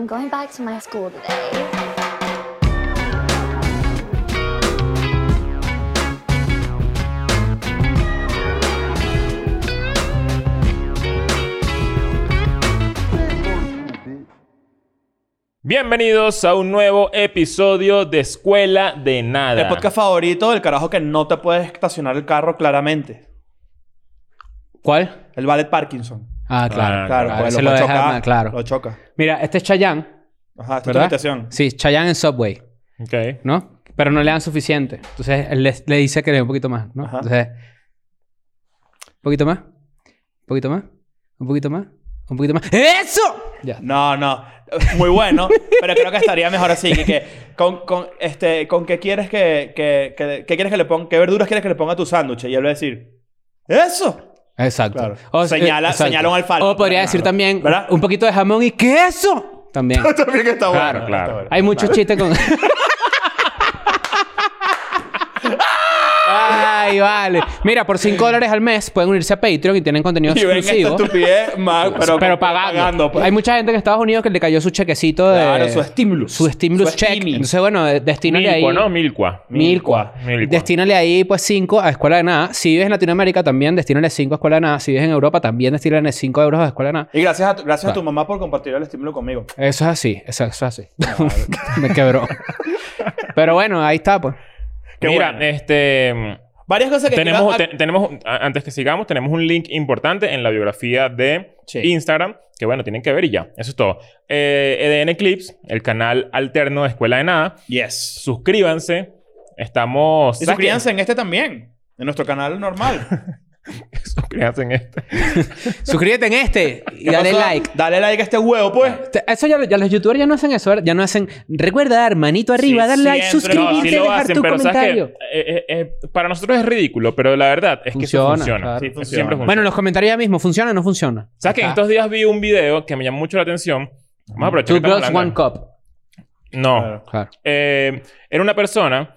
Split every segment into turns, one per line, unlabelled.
I'm going back to my school today.
Bienvenidos a un nuevo episodio de Escuela de Nada.
El podcast favorito del carajo que no te puedes estacionar el carro claramente.
¿Cuál?
El ballet Parkinson.
Ah,
Claro,
claro. claro,
porque
ese
lo,
lo
puede
deja-
chocar,
claro.
Lo choca.
Mira, este es Chayanne,
Ajá, esta es tu
¿verdad?
invitación.
Sí, Chayanne en Subway,
Ok.
¿no? Pero no le dan suficiente. Entonces, él le, le dice que le dé un poquito más, ¿no?
Ajá.
Entonces, un poquito más, un poquito más, un poquito más, un poquito más. ¡Eso! Ya.
No, no. Muy bueno, pero creo que estaría mejor así. Que, que con, con, este, ¿con qué quieres que, que, que- qué quieres que le ponga? ¿Qué verduras quieres que le ponga a tu sándwich? Y él va a decir, ¡eso!
Exacto.
Claro.
eh,
Señala- señala un alfalfa.
O podría decir
Claro.
también
¿Verdad?
un poquito de jamón y queso. También.
También que está bueno.
Claro,
está
claro.
bueno.
Hay muchos chistes con. Ay, vale. Mira, por 5 dólares al mes pueden unirse a Patreon y tienen contenido
Y ven esta
exclusivo.
estupidez más, pero,
Pero, pagando.
pues.
Hay mucha gente en Estados Unidos que le cayó su chequecito de.
Claro, su stimulus.
Su stimulus
Su
check.
stimi.
Entonces, bueno, de- destínale ahí.
Milcua, ¿no? Milcua.
Milcua.
Milcua.
Destínale ahí, pues, 5 a Escuela de Nada. Si vives en Latinoamérica, también destínale 5 a Escuela de Nada. Si vives en Europa, también destínale 5 euros a Escuela de Nada.
Y gracias, a tu, gracias a tu mamá por compartir el estímulo conmigo.
Eso es así. Eso, eso es así.
Ah,
Me quebró. Pero bueno, ahí está, pues.
Qué
Mira,
bueno.
este.
Varias cosas que
Tenemos,
quieras-
te- tenemos, a- antes que sigamos, tenemos un link importante en la biografía de
Sí.
Instagram, que bueno, tienen que ver y ya. Eso es todo. Eh, EDN Clips, el canal alterno de Escuela de Nada.
Yes.
Suscríbanse. Estamos.
Y
¿sabes qué?
suscríbanse en este también. En nuestro canal normal.
suscríbanse en este.
Suscríbete en este y
¿Qué
dale
pasó?
like.
Dale like a este huevo, pues.
Te- Eso ya, lo- ya los youtubers ya no hacen eso, ¿verdad? ya no hacen. Recuerda, manito arriba,
Sí,
darle like,
siempre.
suscribirte,
No, sí
lo
dejar tu
pero ¿sabes qué?
comentario.
Eh, eh, eh, para nosotros es ridículo, pero la verdad es que
Funciona,
eso funciona.
claro.
Sí,
Eso
funciona.
Siempre funciona.
Bueno, en los comentarios ya mismo, ¿funciona o no funciona?
¿Sabes que en estos días vi un video que me llamó mucho la atención? Vamos a aprovechar.
Two
que estamos
girls, one
hablando.
cup.
No.
Claro.
Claro.
Eh, era una persona,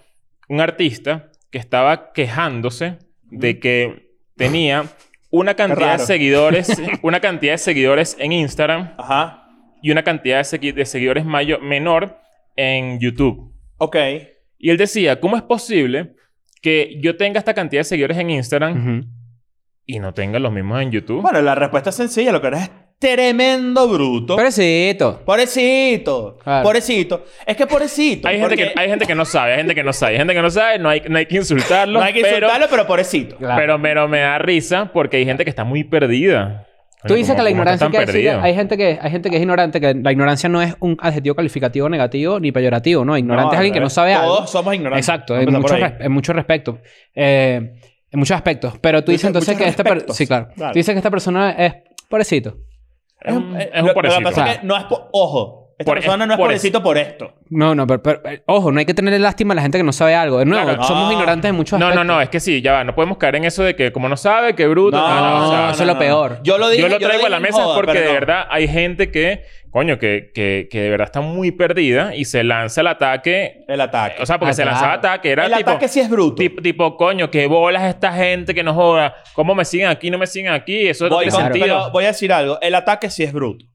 un artista, que estaba quejándose de que tenía una cantidad de
raro.
seguidores, una cantidad de seguidores en Instagram
Ajá.
y una cantidad de, segui- de seguidores mayo- menor en YouTube.
Ok.
Y él decía, ¿cómo es posible que yo tenga esta cantidad de seguidores en Instagram
Ujú.
y no tenga los mismos en YouTube?
Bueno, la respuesta es sencilla. Lo que eres es tremendo bruto.
Pobrecito.
Pobrecito.
Claro.
Pobrecito. Es que pobrecito.
hay, gente
porque
que, hay gente que no sabe, hay gente que no sabe, hay gente que no sabe, no hay, no hay que insultarlo.
No hay que insultarlo, pero pobrecito.
Claro.
Pero, pero me da risa porque hay gente que está muy perdida.
Tú
Coño,
dices
¿cómo-
que la
cómo
ignorancia
están
que hay, sí, que
perdidos?
hay gente que hay gente que es ignorante, que la ignorancia no es un adjetivo calificativo negativo ni peyorativo, ¿no? Ignorante
No,
es alguien
al
que no
revés.
sabe algo.
Todos somos ignorantes.
Exacto,
Vamos a
en
empezar
muchos,
por ahí.
res- en muchos respectos. Eh, en muchos aspectos. Pero tú dices
Muchos-
entonces
muchos
que esta per-
respectos.
sí, claro.
Claro.
Tú dices que esta persona es pobrecito.
Es un,
Eh,
es un
lo-
pobrecito.
Lo que pasa es que no es... po- Ojo. Esta
Por-
persona no es
por-
pobrecito por esto.
No, no, pero, pero- pero- ojo, no hay que tenerle lástima a la gente que no sabe algo. De nuevo,
Claro.
somos
No.
ignorantes en muchos
No, no,
aspectos.
no, es que sí, ya va. No podemos caer en eso de que como no sabe, que bruto.
No,
no, no, o sea,
no, eso es lo peor.
Yo lo digo.
yo lo traigo a la mesa porque de
verdad
verdad hay gente que, coño, que, que, que de verdad está muy perdida y se lanza al ataque.
El ataque.
O sea, porque
Ah,
se lanzaba
claro.
ataque. Era
el
tipo,
ataque sí es bruto.
tipo, tipo, coño, que bolas esta gente que no joda. ¿Cómo me siguen aquí? ¿No me siguen aquí? Eso no
voy,
tiene
con-
Claro.
sentido.
pero voy a decir algo. El ataque sí es bruto.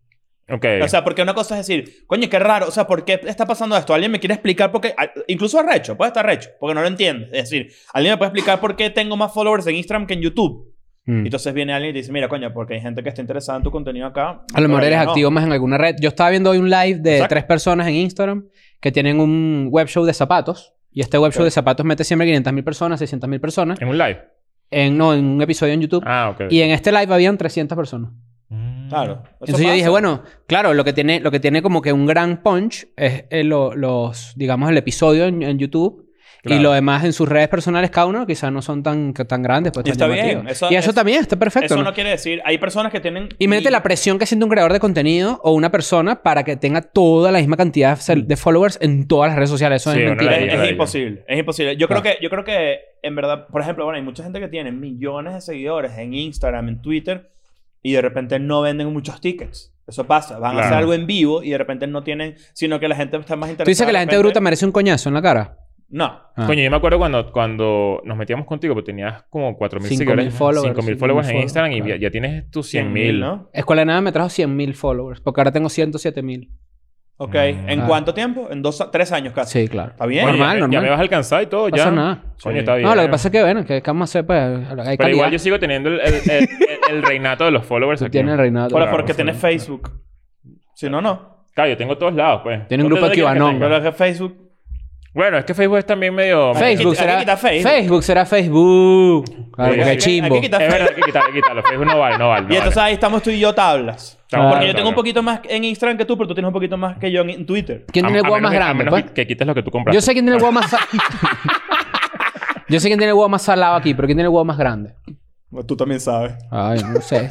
Ok.
O sea, porque una cosa es decir, coño, qué raro. O sea, ¿por qué está pasando esto? ¿Alguien me quiere explicar por qué? Ah, Incluso arrecho, puede estar arrecho, porque no lo entiende. Es decir, ¿alguien me puede explicar por qué tengo más followers en Instagram que en YouTube? Y
Mm.
entonces viene alguien y dice, mira, coño, porque hay gente que está interesada en tu contenido acá.
A lo mejor
Pero
eres
ya no.
activo más en alguna red. Yo estaba viendo hoy un live de
Exacto.
tres personas en Instagram que tienen un web show de zapatos. Y este web show
Ok.
de zapatos mete siempre 500.000 personas, 600.000 personas.
en un live.
En, no, en un episodio en YouTube.
Ah, ok.
Y en este live habían 300 personas.
Mm.
Claro. Eso
Entonces yo
pasa.
dije, bueno, claro, lo que tiene, lo que tiene como que un gran punch es eh, lo- los, digamos, el episodio en, en YouTube.
Claro.
Y lo demás en sus redes personales, cada uno quizás no son tan, que- tan grandes. Pues,
Y
tan
está bien,
llamativos.
eso-
y eso
es-
también está perfecto.
Eso
¿no?
no quiere decir, hay personas que tienen.
Y métete la presión que siente un creador de contenido o una persona para que tenga toda la misma cantidad de cel- de followers en todas las redes sociales. Eso
Sí,
es
una
mentira.
de
Es,
Ahí,
es
ahí.
imposible, es imposible.
Ah.
Yo creo
Claro.
que, yo creo que en verdad, por ejemplo, bueno, hay mucha gente que tiene millones de seguidores en Instagram, en Twitter, y de repente no venden muchos tickets. Eso pasa. Van a hacer
Claro.
algo en vivo y de repente no tienen, sino que la gente está más interesada.
Tú dices que la
de
gente
repente-
bruta merece un coñazo en la cara.
No.
Ah.
Coño, yo me acuerdo cuando, cuando nos metíamos contigo, porque tenías como 4.000
5.000
seguidores. 5.000
followers,
followers.
5.000
followers en
followers,
Instagram y
claro.
ya, ya tienes tus 100.000.
100.000, ¿no?
Escuela de Nada me trajo 100.000 followers, porque ahora tengo 107.000.
Ok. ¿En
Ah.
cuánto tiempo? En dos, tres años casi.
Sí, claro.
Está bien.
Oye, ya,
Normal,
Ya
normal.
me vas a alcanzar y todo,
No
ya.
pasa nada.
Coño,
Sí.
está bien.
No, lo que pasa es que, bueno, que, que vamos a hacer, pues, hay
Pero igual
calidad.
yo sigo teniendo el, el- el- el- el reinato de los followers
Tú
aquí.
tienes reinado.
Por-
Claro,
porque
sí.
tienes Facebook. Si no, no.
Claro, yo tengo todos lados, pues.
Tiene un
¿Dónde-
grupo
dónde
aquí,
quieres que
Banón.
tenga?
Pero es que Facebook.
Bueno, es que Facebook es también medio...
Facebook
Hay que- hay que
será...
quitar
Facebook.
Facebook.
será Facebook. Claro,
Sí,
porque
hay
es
que-
hay que
chimbo.
quitar-
Es verdad, hay que quitarlo, hay que quitarlo. Facebook no vale, no vale. no
Y entonces
vale.
ahí estamos tú y yo tablas.
Estamos
Porque
por
yo
tabla.
tengo un poquito más en Instagram que tú, pero tú tienes un poquito más que yo en- en Twitter.
¿Quién
A-
tiene el
a
huevo
menos
más
que-
grande?
A menos
pues?
que, que quites lo que tú compraste.
Yo sé quién tiene el huevo más... sa- Yo sé quién tiene el huevo más salado aquí, pero ¿quién tiene el huevo más grande?
Bueno, Tú también sabes.
Ay, no sé.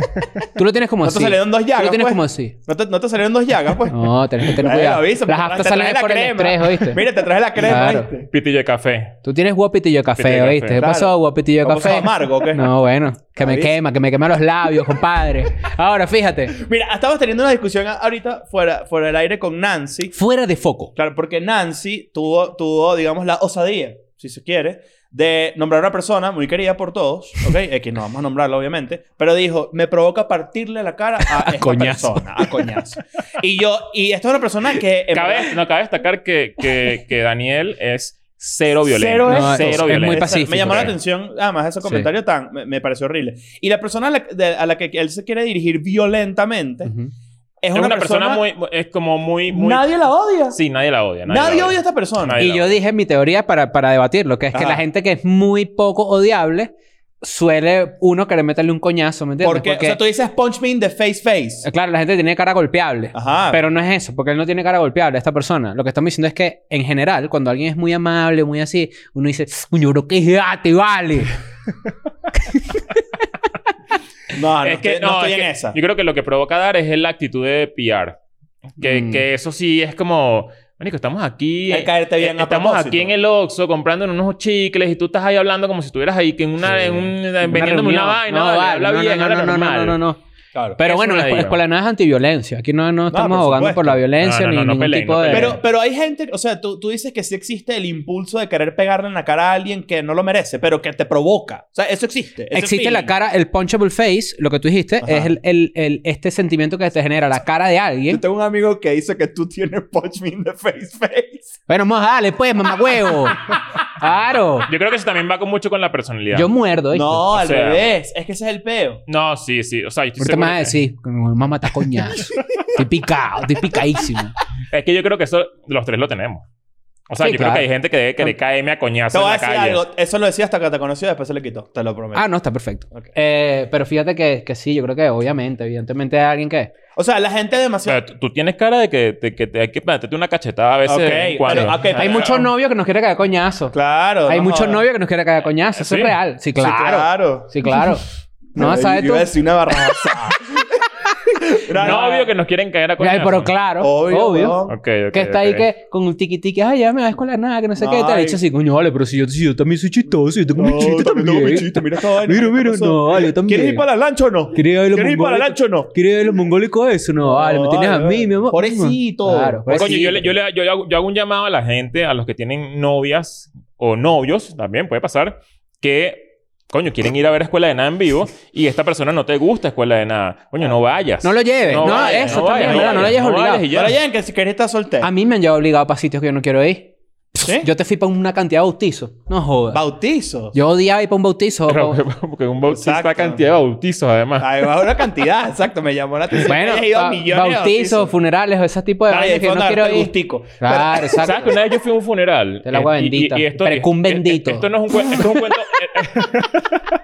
Tú lo tienes como
No
así.
te salieron dos llagas.
Tú lo tienes
pues?
como así.
¿No te, no te salieron dos llagas, pues.
No, tenés que tener
Bueno,
cuidado.
avisa,
Las
porque
aftas
pues, te
salen
traje la
por el
crema.
estrés, ¿oíste?
Mira, te traje la crema,
Claro.
¿viste?
Pitillo de café.
Tú tienes huevo pitillo
Pitillo
de café,
de
¿oíste?
café.
¿Qué
Claro.
pasó, huevo pitillo de
¿Cómo sos
café?
amargo o
pues.
qué?
No, bueno. Que me
Avisa.
quema, que me quema los labios, compadre. Ahora, fíjate.
Mira, estabas teniendo una discusión ahorita fuera, fuera del aire con Nancy.
Fuera de foco.
Claro, porque Nancy tuvo, tuvo, digamos, la osadía, si se quiere, de nombrar a una persona muy querida por todos, ¿ok? Eh, que no vamos a nombrarla, obviamente, pero dijo, me provoca partirle la cara a, esta
coñazo.
persona, a coñazo. Y yo, y esta es una persona que... en verdad-
Cabe, no, cabe destacar que, que, que Daniel es cero violento.
Cero es-
cero
No, es-
es muy
violento.
Muy
Exacto.
pacífico,
Me llamó la
creo.
atención, además, ese comentario tan... Me, me pareció horrible. Y la persona a la, de- a la que él se quiere dirigir violentamente
Ujú.
Es
es, una, persona...
persona, muy... Es como muy... muy...
Nadie la odia.
Sí, nadie la odia.
nadie
la
odia a esta persona.
Nadie. Ahí
Y
la
yo
voy.
dije mi teoría para, para debatirlo, que es que
Ah.
Ajá.
la gente que es muy poco odiable suele uno querer meterle un coñazo, ¿me entiendes?
Porque, o sea, tú dices punch me in the face face.
eh, claro, la gente tiene cara golpeable.
Ajá.
Pero no es eso, porque él no tiene cara golpeable, esta persona. Lo que estamos diciendo es que, en general, cuando alguien es muy amable, muy así, uno dice, uno bro, que te vale.
No, Ah, no,
es que,
estoy, no,
no,
estoy
es
en
que
esa.
Yo creo que lo que provoca dar es la actitud de PR. Que,
Mm.
que eso sí es como... Manico, estamos aquí... eh,
El caerte bien a
Estamos
propósito.
aquí en el Oxxo comprando unos chicles y tú estás ahí hablando como si estuvieras ahí que en una, en un, vendiéndome una
reunión.
vaina.
No,
vale,
vale,
habla
no,
bien,
no,
habla
no, no, no,
normal.
no, no.
Claro.
Pero
Eso
bueno,
no
la
la
escuela,
digo.
escuela de nada es antiviolencia. Aquí no, no estamos
por
abogando
supuesto.
por la violencia
No, no,
ni
no, no
ningún
peleen,
tipo
no
de...
peleen.
Pero, pero hay gente, o sea, tú, tú dices que sí existe el impulso de querer pegarle en la cara a alguien que no lo merece, pero que te provoca. O sea, eso existe. ese
Existe la
feeling.
cara, el punchable face, lo que tú dijiste,
Ajá.
es el, el- el- este sentimiento que te genera la cara de alguien.
Yo tengo un amigo que dice que tú tienes punch me in the face face.
Bueno, vamos, dale, pues, mamagüevo. claro.
Yo creo que eso también va con mucho con la personalidad.
Yo muerdo. ¿viste?
No, al
sea-
revés. Es que ese es el peo.
No, sí, sí. O sea, yo estoy
Ahorita me
seguro
vas a
que-
decir, como mamá está coñazo. estoy picado, estoy picadísimo.
Es que yo creo que eso los tres lo tenemos. O sea,
Sí,
yo creo
claro.
que hay gente que debe querer caerme a
Te
coñazo
voy
en la
a decir
calle.
algo. Eso lo decía hasta que te conoció, después se le quitó. Te lo prometo.
Ah, no, está perfecto.
Ok.
Eh, pero fíjate que, que sí, yo creo que obviamente, evidentemente hay alguien que...
O sea, la gente es demasiado...
Pero tú- tú tienes cara de que, de que te hay que meterte una cachetada a veces.
Ok,
de vez en cuando.
pero- ok, pero-
Hay muchos novios que nos quieren caer coñazo.
Claro.
Hay
no
muchos
jodas. ¿Ah,
novios que nos quieren caer coñazo. Eso
Sí.
es real. Sí,
Sí,
claro.
claro.
Sí, claro. No,
Ay,
¿sabes tú?
Iba a decir una barraza.
Novio que nos quieren caer a coñazo.
Ay, pero claro.
Obvio.
Obvio.
weón.
Ok, ok,
que está
ok.
ahí que con un tiqui tiqui, ay, ya me vas con la nada, que no sé qué. Y tal.
Ay.
Y dice así, coño, vale, pero si yo, si yo también soy chistoso, yo tengo mi chiste también.
tengo mi chiste, mira esta vaina,
Mira,
¿qué
mira,
pasó?
no, vale, yo también.
¿Quieres ir para la lancha o no?
¿Quieres ver los
¿Quieres ir para la
mongólicos?
lancha o no?
¿Quieres ver los mongólicos eso? No, vale, me tienes a
vale,
mí, mi amor.
Pobrecito.
Claro,
Pues Coño,
Pues
pobrecito.
yo, le- yo le- yo le hago, yo hago un llamado a la gente, a los que tienen novias o novios, también puede pasar, que, coño, quieren ir a ver Escuela de Nada en vivo y esta persona no te gusta Escuela de Nada. Coño, no vayas.
No lo lleves. No,
vayas,
eso también, ¿verdad? No lo
vayas,
hayas obligado.
vayas y ya.
Pero ya, que si querés estar soltero.
A mí me han llevado obligado para sitios que yo no quiero ir.
¿Sí?
Ah, Yo te fui para una cantidad de bautizos. No jodas.
Bautizo.
yo odiaba ir para un bautizo.
Pero-
o-
porque un bautizo
Exacto.
está cantidad de bautizos, además.
Ay, va una cantidad, exacto, me llamó la atención.
Bueno,
que hayas ido a
ba-
millones de
bautizos, funerales, o ese tipo de
Ay, ahí
vainas que
fue
yo no
donde
quiero
darte
ir.
gustico.
Claro, exacto.
¿Sabes que una vez yo fui a un funeral?
Del agua
Eh, y- y-
bendita.
Y, esto,
Precum
eh, eh,
bendito.
Esto no es un cuento. Esto es un cuento. eh,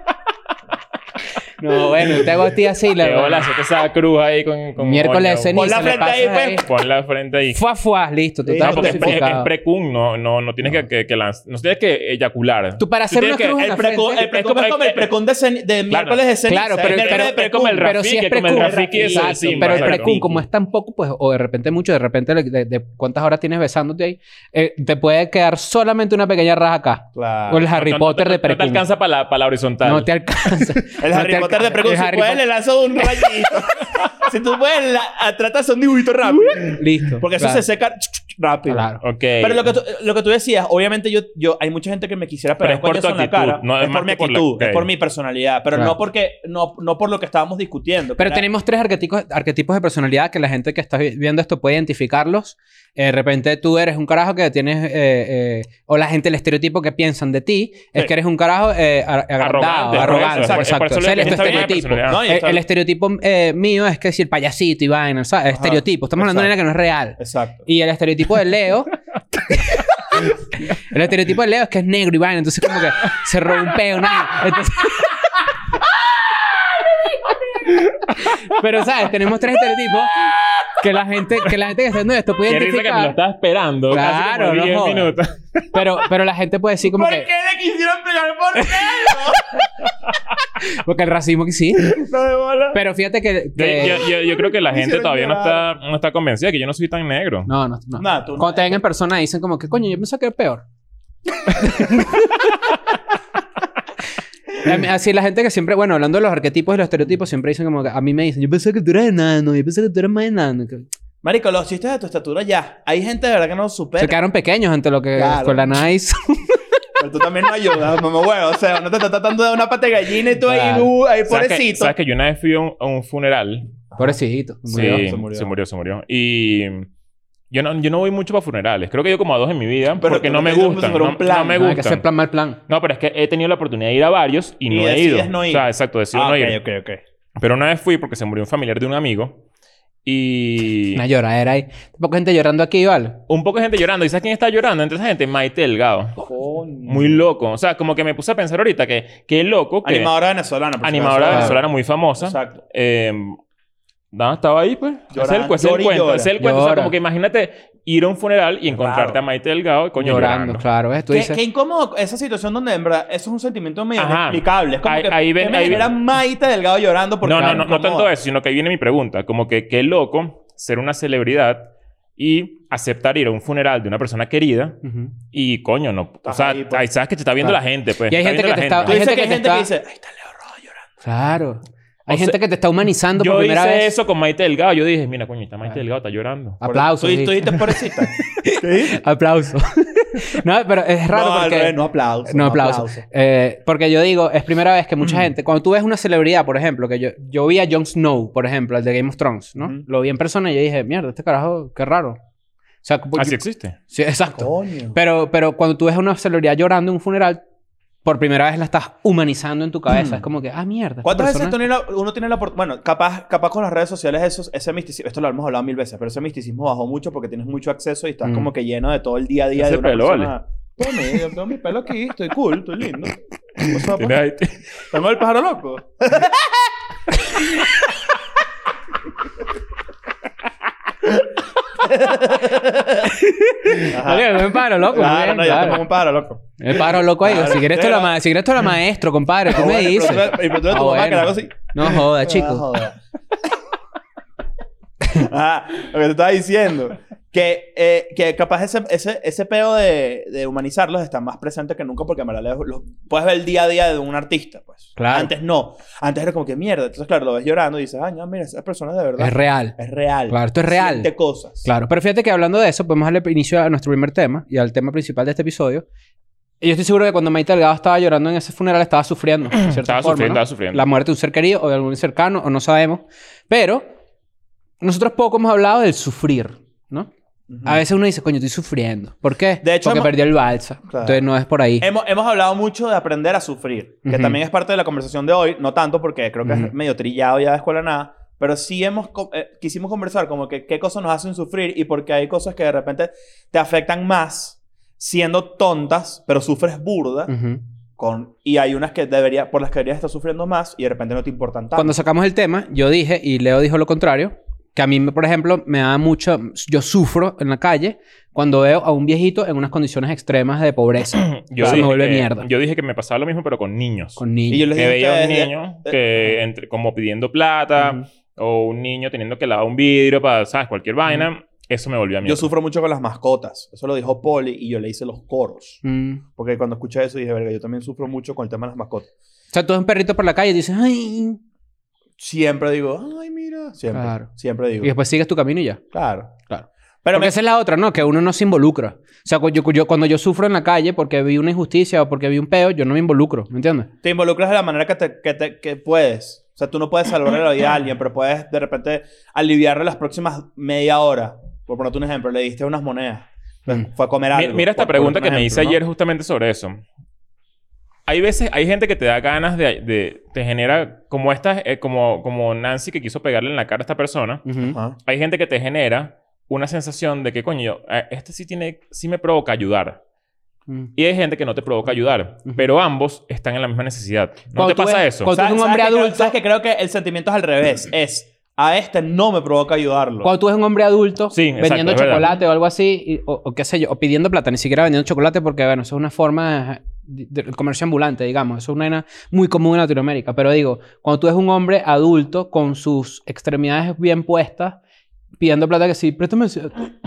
No, bueno, te hago a ti así,
eh,
la
que hola, se te esa cruz ahí con. con
Miércoles de
coño.
ceniza.
Pon la
le
frente
pasas
ahí, pues.
Pon la frente ahí.
Fuá, fuá, listo. Tú
Sí,
No,
estás
porque es, pre, es
crucificado.
precum, no, no, no tienes que, que, que lanz- no tienes que eyacular.
Tú para hacer
tienes
una cruz en
El
la
precon,
frente...
el precon eh, es como el precon de, cen- de miércoles de ceniza.
Claro, pero,
el
pero,
miércoles de
pero es como el
precon.
pero si
Rafiki,
es
como
precum,
el Rafiki de
exacto,
Sacimba,
pero el
exacto.
precum, como es tan poco, pues, o de repente mucho, de repente de, de- de cuántas horas tienes besándote ahí, eh, te puede quedar solamente una pequeña raja acá.
Claro.
O el Harry
No- no-
Potter
no-
de precum.
No te alcanza para la, para la horizontal.
No te alcanza.
El
No
Harry
te
Potter
alcanza.
de precon,
El
si
Harry
puedes, le
Potter-
lanzo un rayito. si tú puedes, la, tratas un dibujito rápido.
Listo.
Porque eso
claro.
se seca. rápido.
Claro.
Ok.
Pero lo que, tú, lo que tú decías, obviamente yo, yo hay mucha gente que me quisiera
Pero
pegar
es por
coñazos
tu
en la
actitud,
cara.
no,
es
más
por mi
que por la-
actitud,
ok.
es por mi personalidad, pero
Claro.
no porque no, no por lo que estábamos discutiendo. que
Pero
era-
tenemos tres arquetipos, arquetipos de personalidad que la gente que está vi- viendo esto puede identificarlos. Eh, de repente tú eres un carajo que tienes... eh, eh, o la gente, el estereotipo que piensan de ti es
Sí.
que eres un carajo eh, ar-
Arrogante,
agrandado, arrogante.
por eso,
exacto.
es por eso
Ese es
lo
tu
que está bien la
estereotipo.
personalidad.
No, y
El,
está-
el estereotipo eh, mío es que decir payasito y vaina, ¿sabes?
Ajá,
estereotipo. Estamos hablando de una que no es real.
Exacto.
Y el estereotipo de Leo. el estereotipo de Leo es que es negro y vaina. Entonces, como que se roba un peo, nada. Entonces- Pero, ¿sabes? Tenemos tres estereotipos que la gente que, la gente que está viendo esto puede
Qué risa que me lo
identificar.
estaba esperando.
Claro,
casi como
no
10
jodas.
minutos.
Pero, pero la gente puede decir como que...
le quisieron pegar por negro?
Porque el racismo que sí.
no de bola.
Pero fíjate que...
Yo,
que-
yo- yo- yo creo que la
Me
gente
hicieron
todavía no está,
llorar.
no está convencida de que yo no soy tan negro.
No, no, no.
Nah, tú no.
Cuando te ven en persona dicen como que coño, yo pienso que es peor. La- Así la gente que siempre, bueno, hablando de los arquetipos y los estereotipos, siempre dicen como que a mí me dicen, yo pensé que tú eras enano, yo pensé que tú eras más enano. que-
Marico, los chistes de tu estatura ya. Hay gente de verdad que no los supera.
Se quedaron pequeños ante lo que
Claro.
con la Nice.
Pero tú también no ayudas, mamá huevo. O sea, no te estás tratando de dar una pata de gallina y tú ahí,
Claro.
uh, ahí,
¿Sabes que-
pobrecito.
¿Sabes que yo una vez fui a un, a un funeral?
Pobrecito. murió.
sí,
se murió.
se murió, se murió. Y yo no, yo no voy mucho para funerales. Creo que yo como a dos en mi vida
Pero
porque
tú
no
no
me
te dices
gustan.
como si fuera
No,
un plan.
no me
No, hay que
gustan.
hacer plan mal plan.
No, pero es que he tenido la oportunidad de ir a varios y
Y
no he
decides
ido.
no ir.
O sea, exacto, decido
Ah,
no
ok,
ir.
ok, ok.
Pero una vez fui porque se murió un familiar de un amigo y
Una lloradera ahí. Tampoco hay gente llorando aquí, ¿vale?
un poco de gente llorando. ¿Y sabes quién está llorando? Entre esa gente, Maite Delgado. Muy loco. O sea, como que me puse a pensar ahorita que qué loco que
Animadora venezolana. por si
animadora
acaso.
venezolana muy famosa.
Exacto.
Eh, nada, estaba ahí, pues. Ese es el,
Llorando.
ese es el
Llora y
cuento.
llora.
ese es el cuento. O sea,
Llora.
como que imagínate ir a un funeral y encontrarte
Claro.
a Maite Delgado y coño
llorando,
llorando.
claro. ¿ves? Tú
Qué,
dices,
qué incómodo esa situación donde en verdad eso es un sentimiento medio
Ajá.
inexplicable. Es como
Ahí-
que
ahí ven-
¿qué me
ahí ven.
genera Maite Delgado llorando porque
No, no,
claro,
no, no
incomoda?
tanto eso, sino que ahí viene mi pregunta. Como que qué loco ser una celebridad y aceptar ir a un funeral de una persona querida
"Ujú".
y coño, no. O
Estás
sea,
ahí, pues.
ahí sabes que te está viendo
Claro.
la gente, pues.
Y hay
está
gente
viendo
que
la
te está-
Tú
Hay
dices
gente
que hay
que
gente
te
que
está-
dice, ahí está Leo Rojo llorando.
Claro. Hay
O sea,
gente que te está humanizando por
Yo hice
primera vez. Ah,
eso con Maite Delgado. Yo dije, mira, coño, está Maite
Claro.
Delgado, está llorando.
Aplausos.
Tú,
sí.
tú dijiste pobrecita.
Aplauso. no, pero es raro
no, al
porque...
revés, no aplauso. Mm.
No, aplauso. Eh, porque yo digo, es primera vez que mucha gente, cuando tú ves una celebridad, por ejemplo, que yo, yo vi a Jon Snow, por ejemplo, el de Game of Thrones, ¿no?
Ujú.
Lo vi en persona y yo dije, mierda, este carajo, qué raro. O sea, como-
Ah,
Así
pues, yo-
existe.
sí, exacto.
Coño.
Pero, pero cuando tú ves a una celebridad llorando en un funeral, por primera vez la estás humanizando en tu cabeza.
Mm.
Es como que, ah, mierda. esta
¿Cuántas veces
persona-
tiene la- uno tiene la oportunidad? Bueno, capaz, capaz con las redes sociales eso, ese misticismo, esto lo hemos hablado mil veces, pero ese misticismo bajó mucho porque tienes mucho acceso y estás
Mm.
como que lleno de todo el día a día
Ese
de una
pelo,
persona. Pone, yo tengo mi pelo aquí, estoy cool, estoy lindo. ¿Qué pasó,
Tiene
pues?
ahí-
¿Tengo el pájaro loco? Ajá.
Oye, ven paro, loco. muy
Claro,
bien,
no, yo
claro.
tengo un pájaro loco.
Me paro, loco. ahí.
Claro.
si quieres, tú la, ma- si quieres tú la maestro, compadre. Tú
Ah,
me
bueno,
dices.
pero tú eres- Y pero tú eres
Ah,
tu mamá que
bueno.
la hago así.
No joda, chico.
Ah, lo que te estaba diciendo. Que, eh, que capaz ese, ese, ese peo de, de humanizarlos está más presente que nunca porque en verdad los, los- puedes ver el día a día de un artista, pues.
Claro.
Antes no. Antes era como que mierda. Entonces, claro, lo ves llorando y dices, ay, no, mira, esa persona de verdad
Es real.
es real.
Claro, esto es real.
Siente cosas.
Claro, pero fíjate que hablando de eso, podemos darle inicio a nuestro primer tema y al tema principal de este episodio. Y Yo estoy seguro que cuando Maite Delgado estaba llorando en ese funeral estaba sufriendo, de cierta
Estaba
forma,
sufriendo,
¿no?
estaba sufriendo.
La muerte de un ser querido o de algún cercano, o no sabemos. Pero nosotros poco hemos hablado del sufrir, ¿no?
Ujú.
A veces uno dice, coño, estoy sufriendo. ¿Por qué?
De hecho,
Porque
hemos-
perdió el balsa.
Claro.
Entonces no es por ahí.
Hemos, hemos hablado mucho de aprender a sufrir, que
Ujú.
también es parte de la conversación de hoy, no tanto porque creo que es
Ujú.
medio trillado ya de escuela nada, pero sí hemos co- eh, quisimos conversar como que qué cosas nos hacen sufrir y porque hay cosas que de repente te afectan más siendo tontas, pero sufres burda
Ujú.
con y hay unas que debería por las que deberías estar sufriendo más y de repente no te importan tanto.
Cuando sacamos el tema, yo dije, y Leo dijo lo contrario, que a mí, por ejemplo, me da mucho, yo sufro en la calle cuando veo a un viejito en unas condiciones extremas de pobreza.
Yo
O sea,
dije
me vuelve
que-
mierda.
Yo dije que me pasaba lo mismo, pero con niños.
Con
y
niños.
yo les
Que
dije
veía
a
un
ustedes,
niño
eh,
que entre- como pidiendo plata
Ujú.
o un niño teniendo que lavar un vidrio para, ¿sabes? Cualquier vaina. Eso me volvió a mí.
yo sufro mucho con las mascotas, eso lo dijo Poli y yo le hice los coros,
Mm.
porque cuando escuché eso dije, verga, yo también sufro mucho con el tema de las mascotas.
O sea, tú ves un perrito por la calle y dices, ay.
siempre digo, ay, mira. Siempre.
Claro.
Siempre digo.
Y después sigues tu camino y ya.
Claro.
Claro.
Pero
porque
me-
esa es la otra, ¿no? Que uno no se involucra. O sea, cu- yo- yo- cuando yo sufro en la calle porque vi una injusticia o porque vi un peo, yo no me involucro, ¿me entiendes?
te involucras de la manera que, te- que, te- que puedes. O sea, tú no puedes salvarle la vida a alguien, pero puedes de repente aliviarle las próximas media hora. Por ponerte un ejemplo, le diste unas monedas.
Mm.
Fue a comer
Mi-
algo.
Mira esta
por- por
pregunta
un
que me
ejemplo,
hice
¿no?
ayer justamente sobre eso. Hay veces, hay gente que te da ganas de, de- te genera, como esta, eh, como, como Nancy que quiso pegarle en la cara a esta persona,
Ujú.
Ajá.
hay gente que te genera una sensación de que, coño, eh, este sí tiene, sí me provoca ayudar.
Mm.
Y hay gente que no te provoca ayudar,
Ujú.
pero ambos están en la misma necesidad. ¿No
Cuando
te
tú
pasa
ves-
eso?
cuando- tú eres un
¿Sabes-
hombre
sabes que creo-
adulto- Mm.
sabes que creo que el sentimiento es al revés. Es, a este no me provoca ayudarlo.
Cuando tú eres un hombre adulto
Sí, exacto,
vendiendo
es verdad.
chocolate o algo así, y- o, o qué sé yo, o pidiendo plata, ni siquiera vendiendo chocolate, porque bueno, eso es una forma eh, de, de comercio ambulante, digamos. Eso es una vaina muy común en Latinoamérica. Pero digo, cuando tú eres un hombre adulto con sus extremidades bien puestas, pidiendo plata que sí, préstame. ese-".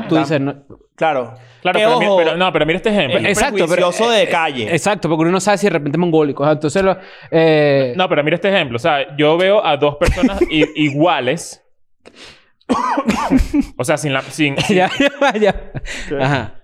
Tú
Ah.
dices, no-
Claro.
Claro,
Que,
pero, mi-
ojo,
pero- no, pero mira este ejemplo.
es
Exacto, pero-
prejuicioso de calle.
exacto, porque uno no sabe si de repente es mongólico. Ajá, Entonces, lo- eh,
No, pero mira este ejemplo. O sea, yo veo a dos personas i- iguales. o sea, sin la, sin,
ya, ya, ya. Ajá.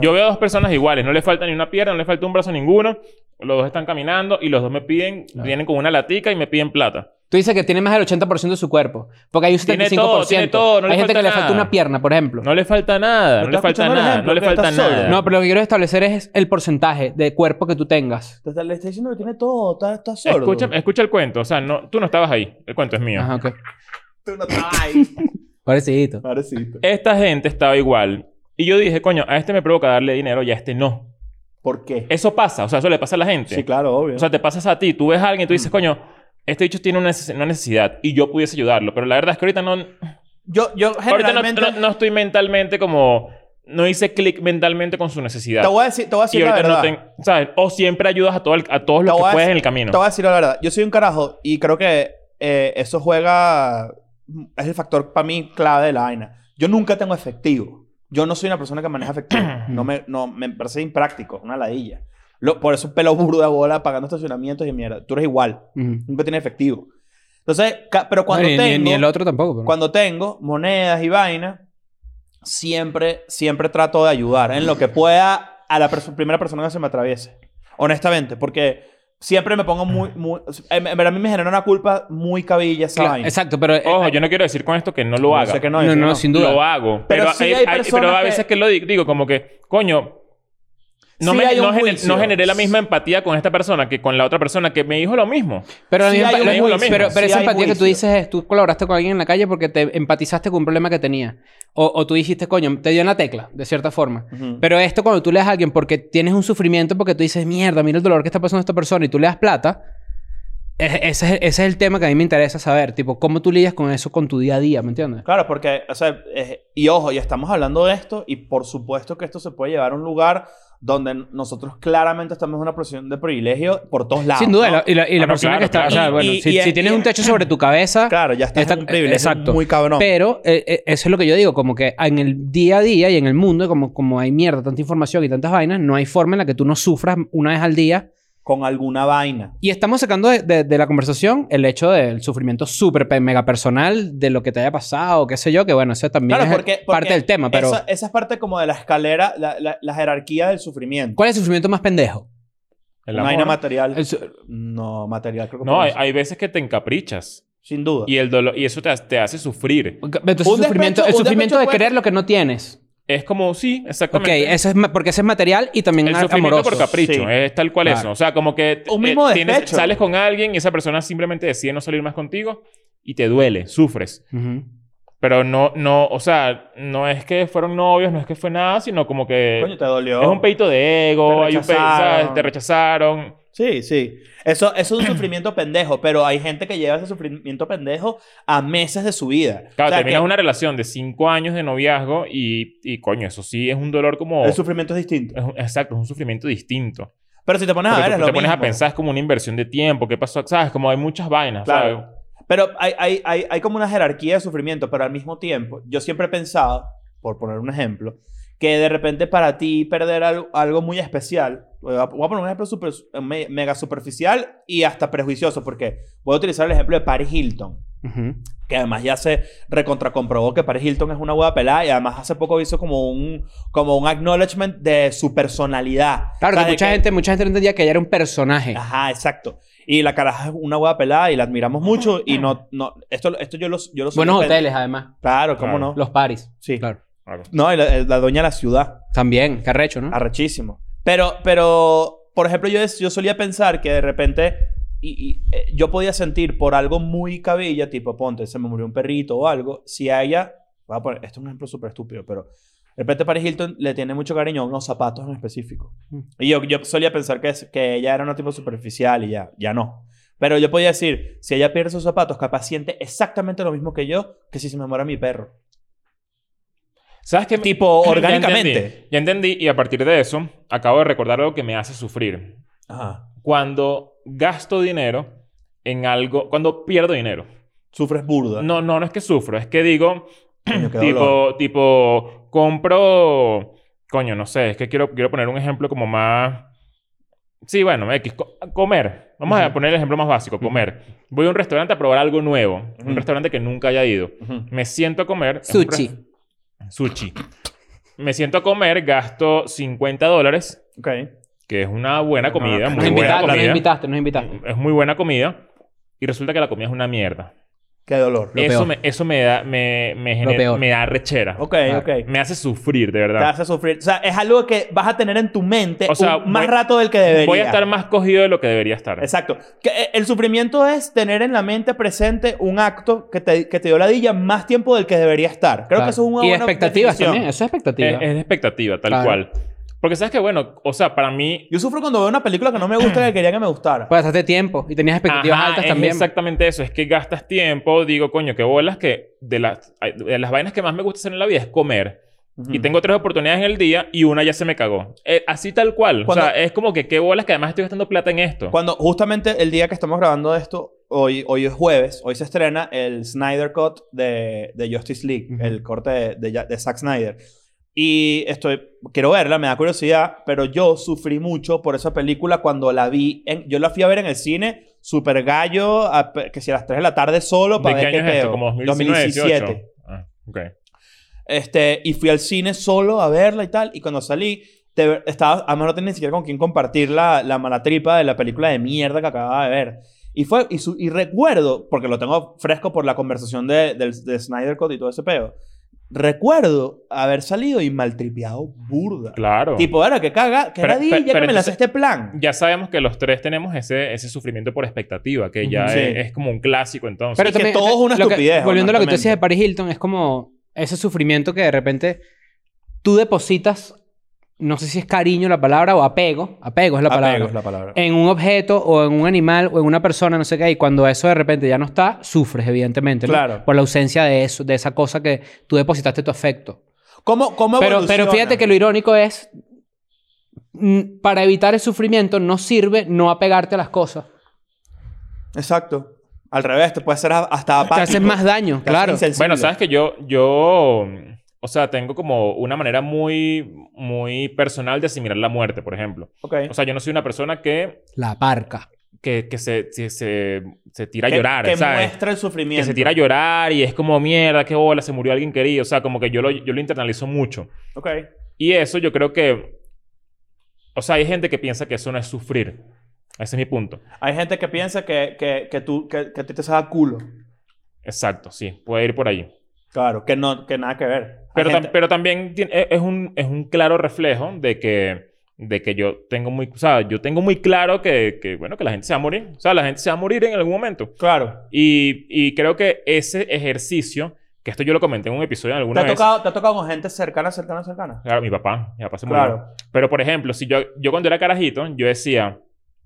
Yo veo a dos personas iguales, no le falta ni una pierna, no le falta un brazo a ninguno. Los dos están caminando y los dos me piden, vienen con una latica y me piden plata.
Tú dices que tiene más del 80% de su cuerpo. Porque hay un 75%.
Tiene todo, tiene todo, no le
hay gente
falta
que le falta
nada.
una pierna, por ejemplo.
No le falta nada,
¿No
no le
estás
falta
escuchando el
nada,
ejemplo?
no le
¿Que
falta
estás solo?
nada.
No, pero lo que quiero establecer es el porcentaje de cuerpo que tú tengas.
Te está- Le está diciendo que tiene todo, está, está sordo.
escucha, escucha el cuento, o sea, no, tú no estabas ahí, el cuento es mío.
Ajá, ok.
Tú no estás ahí.
Pobrecito.
Pobrecito.
Esta gente estaba igual. Y yo dije, coño, a este me provoca darle dinero y a este no.
¿Por qué?
Eso pasa, o sea, eso le pasa a la gente.
Sí, claro, obvio.
O sea, te pasas a ti, tú ves a alguien y tú dices, coño, este bicho tiene una neces- una necesidad y yo pudiese ayudarlo, pero la verdad es que ahorita no,
yo, yo
Ahorita no,
generalmente...
no- no estoy mentalmente como... No hice clic mentalmente con su necesidad.
Te voy a decir, te voy a decir
y
la
ahorita no
verdad.
tengo... ¿Sabes? O siempre ayudas a, todo el- a todos
Te
los
voy
que
a
puedes
decir-
en el camino.
Te voy a decir la verdad. Yo soy un carajo y creo que eh, eso juega... Es el factor para mí clave de la vaina. Yo nunca tengo efectivo. Yo no soy una persona que maneja efectivo. no me, no, me parece impráctico. Una ladilla. Lo- por eso pelo burro de bola pagando estacionamientos y mierda. Tú eres igual.
Ujú.
Nunca tienes efectivo. Entonces, ca- pero cuando
No, ni, ni-
tengo...
ni el otro tampoco. pero-
cuando tengo monedas y vaina, siempre, siempre trato de ayudar en lo que pueda a la perso- primera persona que se me atraviese. Honestamente, porque siempre me pongo muy... muy en- en verdad, a mí me genera una culpa muy cabilla esa
Claro,
vaina.
exacto, pero. eh,
Ojo, yo no quiero decir con esto que no lo haga.
Yo sé que
no,
yo
no,
sé que
sin duda.
Lo hago.
Pero
Pero,
sí
hay-
hay
hay-
personas
pero a
que-
veces que, lo di- digo como que... Coño... No,
Sí
me,
hay un
no, gener-
juicio.
no generé la misma empatía con esta persona que con la otra persona que me dijo lo mismo.
pero la
sí
misma
hay
empa-
un
la misma-
juicio,
pero, pero
sí
esa
hay
empatía que tú
juicio.
dices es: tú colaboraste con alguien en la calle porque te empatizaste con un problema que tenía. O, o tú dijiste, coño, te dio en la tecla, de cierta forma.
Ujú.
Pero esto, cuando tú le das a alguien porque tienes un sufrimiento, porque tú dices, mierda, mira el dolor que está pasando esta persona y tú le das plata. e- Ese es, ese es el tema que a mí me interesa saber, tipo, cómo tú lidias con eso con tu día a día, ¿me entiendes?
Claro, porque, o sea, eh, y ojo, ya estamos hablando de esto y por supuesto que esto se puede llevar a un lugar donde nosotros claramente estamos en una posición de privilegio por todos lados.
Sin duda,
¿no?
y la- y la, y la
Ah, no,
persona
claro,
que está,
claro.
o sea,
Y-
bueno,
y-
si,
y-
si tienes
y-
un techo sobre tu cabeza,
Claro, ya estás
Está-
en un privilegio
exacto.
muy cabrón.
Pero eh, eh, eso es lo que yo digo, como que en el día a día y en el mundo, como, como hay mierda, tanta información y tantas vainas, no hay forma en la que tú no sufras una vez al día.
con alguna vaina.
Y estamos sacando de, de- de la conversación el hecho del sufrimiento súper pe- mega personal de lo que te haya pasado, qué sé yo, que bueno, eso también
Claro,
es
porque, porque
parte del tema, pero
Esa, esa es parte como de la escalera, la, la- la jerarquía del sufrimiento.
¿cuál es el sufrimiento más pendejo?
El
no
amor.
hay nada material.
El su-
No, material creo que
No,
por
hay,
eso.
hay veces que te encaprichas.
Sin duda.
Y el dolor... Y eso te, ha- te hace sufrir.
Entonces,
Un
el sufrimiento,
despecho-
el
un
sufrimiento
despecho
de
puede-
querer lo que no tienes.
Es como... Sí,
Ok,
exactamente.
eso es ma- porque ese es material y también
El
a-
sufrimiento
amoroso.
por capricho,
Sí.
es tal cual
Claro.
eso. O sea, como que eh,
Un mismo
tienes,
despecho.
sales con alguien y esa persona simplemente decide no salir más contigo y te duele, sufres.
Ujú.
Pero no, no, o sea, no es que fueron novios, no es que fue nada, sino como que
Coño, te dolió.
eh, es un peito de ego,
Te
hay un peito,
rechazaron.
¿sabes? te rechazaron.
Sí, sí. Eso, eso es un sufrimiento pendejo, pero hay gente que lleva ese sufrimiento pendejo a meses de su vida.
Claro,
O sea,
terminas
que
una relación de cinco años de noviazgo y, y coño, eso sí es un dolor como...
El sufrimiento es distinto.
es un- exacto, es un sufrimiento distinto.
Pero si te pones a
Porque
ver,
tú
es lo
te pones a
mismo.
pensar, es como una inversión de tiempo, ¿qué pasó? ¿Sabes? Como hay muchas vainas,
Claro.
¿sabes?
Pero hay, hay, hay, hay como una jerarquía de sufrimiento, pero al mismo tiempo, yo siempre he pensado, por poner un ejemplo, que de repente para ti perder al- algo muy especial, voy a voy a poner un ejemplo super- me- mega superficial y hasta prejuicioso, porque voy a utilizar el ejemplo de Paris Hilton.
Ujú.
Que además ya se recontracomprobó que Paris Hilton es una hueá pelada y además hace poco hizo como un, como un acknowledgement de su personalidad.
Claro,
O sea,
que
de
mucha, gente, mucha gente no entendía que ella era un personaje.
Ajá, exacto. Y la caraja es una hueá pelada y la admiramos mucho y no... no esto, esto yo lo... Yo lo
Buenos
supe-
hoteles, además.
Claro, cómo
Claro.
no.
Los paris.
Sí.
Claro.
Claro.
No, y la, la dueña de la ciudad.
También, carrecho, ¿no?
Arrechísimo. Pero, pero, por ejemplo, yo, des- yo solía pensar que de repente y, y, eh, yo podía sentir por algo muy cabilla, tipo, ponte, se me murió un perrito o algo, si a ella, voy a poner, esto es un ejemplo súper estúpido, pero de repente Paris Hilton le tiene mucho cariño a unos zapatos en específico.
Mm.
Y yo, yo solía pensar que, es- que ella era una tipo superficial y ya, ya no. Pero yo podía decir, si ella pierde sus zapatos, capaz siente exactamente lo mismo que yo que si se me muera mi perro.
¿Sabes qué? me-
Tipo,
Ya
orgánicamente.
entendí, Ya entendí, y a partir de eso, acabo de recordar algo que me hace sufrir.
Ajá.
Cuando gasto dinero en algo, cuando pierdo dinero.
Sufres burda.
No, no, no es que sufro, es que digo,
Coño, qué
tipo,
dolor.
tipo, compro, coño, no sé, es que quiero, quiero poner un ejemplo como más... Sí, bueno, X, co- comer. Vamos a
Ujú.
poner el ejemplo más básico, comer. Voy a un restaurante a probar algo nuevo, un
Ujú.
restaurante que nunca haya ido.
Ujú.
Me siento a comer. es un
Sushi.
re- Sushi. Me siento a comer, gasto 50 dólares,
Ok.
que es una buena comida,
Nos,
muy buena
invita- nos
comida.
invitaste, nos invitaste.
Es muy buena comida. Y resulta que la comida es una mierda.
Qué dolor.
Lo
eso
peor.
me, eso me da, me, me,
Lo
gener-
peor.
me da rechera.
Ok,
Claro.
ok.
Me hace sufrir, de
Te
verdad.
hace sufrir. O sea, es algo que vas a tener en tu mente
O sea,
un- más
voy-
rato del que debería.
Voy a estar más cogido de lo que debería estar.
Exacto. Que, eh, el sufrimiento es tener en la mente presente un acto que te, que te dio la dilla más tiempo del que debería estar. Creo
Claro.
que eso es una
Y
buena
expectativas
definición.
también. Eso es expectativa.
Es, es de expectativa, tal
Claro.
cual. Porque sabes que, bueno, o sea, para mí...
Yo sufro cuando veo una película que no me gusta y que quería que me gustara.
Pues gastaste tiempo y tenías expectativas
Ajá,
altas
es
también.
Exactamente eso. Es que gastas tiempo. Digo, coño, qué bolas que de las, ay, de las vainas que más me gusta hacer en la vida es comer.
Ujú.
Y tengo tres oportunidades en el día y una ya se me cagó. Eh, así tal cual.
Cuando-
O sea, es como que qué bolas que además estoy gastando plata en esto.
Cuando justamente el día que estamos grabando esto, hoy, hoy es jueves, hoy se estrena el Snyder Cut de, de Justice League,
Ujú.
el corte de, de, Ja- de Zack Snyder. Y estoy, quiero verla, me da curiosidad, pero yo sufrí mucho por esa película cuando la vi. En, yo la fui a ver en el cine, super gallo, a pe- que si a las 3 de la tarde solo,
¿De
para
qué
ver qué
año es esto?
peo.
¿Como 2019,
2017.
18? Ah, ok.
Este, y fui al cine solo a verla y tal. Y cuando salí, te- estaba, además no tenía ni siquiera con quién compartir la, la mala tripa de la película de mierda que acababa de ver. Y, fue, y, su- y recuerdo, porque lo tengo fresco por la conversación de, del- de Snyder Cut y todo ese peo, recuerdo haber salido y maltripeado burda.
Claro.
Tipo, ahora que caga, que
Pero-
nadie
pero-
ya que
pero
me lanzó
entonces-
este plan.
Ya sabemos que los tres tenemos ese, ese sufrimiento por expectativa, que ya
Ujú.
es,
Sí.
es como un clásico entonces.
Pero- que todo es una
lo que-
estupidez,
volviendo a lo que tú
honestamente.
decías de Paris Hilton, es como ese sufrimiento que de repente tú depositas, no sé si es cariño la palabra o apego, apego es la palabra,
Apego Eh, es la palabra.
en un objeto o en un animal o en una persona, no sé qué, y cuando eso de repente ya no está, sufres evidentemente, ¿no?
Claro.
por la ausencia de eso, de esa cosa que tú depositaste tu afecto.
¿Cómo, cómo
Pero, pero
evoluciona?
fíjate que lo irónico es, mm, para evitar el sufrimiento no sirve no apegarte a las cosas.
Exacto. Al revés, te puede hacer a- hasta apático.
Te haces más daño,
Te haces
claro.
insensible.
Bueno, sabes que yo, yo, o sea, tengo como una manera muy, muy personal de asimilar la muerte, por ejemplo.
Ok.
O sea, yo no soy una persona que,
La parca.
que, que se, se, se- se tira a
Que-
llorar,
que
¿sabes?
muestra el sufrimiento.
Que se tira a llorar y es como mierda, qué bola, se murió alguien querido. O sea, como que yo lo, yo lo internalizo mucho.
Ok.
Y eso yo creo que. O sea, hay gente que piensa que eso no es sufrir. Ese es mi punto.
Hay gente que piensa que, que, que tú que, que a ti te saca culo.
Exacto, sí, puede ir por ahí.
Claro, que no que nada que ver. Hay
Pero, tam-
gente-
pero también tiene- e- es un, es un claro reflejo de que, de que yo tengo muy. O sea, yo tengo muy claro que, que, bueno, que la gente se va a morir. O sea, la gente se va a morir en algún momento.
claro.
Y, y creo que ese ejercicio, que esto yo lo comenté en un episodio
¿Te
alguna
ha,
vez.
tocado, ¿Te ha tocado con gente cercana, cercana, cercana?
Claro, mi papá. Mi papá se murió.
Claro.
Pero, por ejemplo, si yo, yo cuando era carajito, yo decía,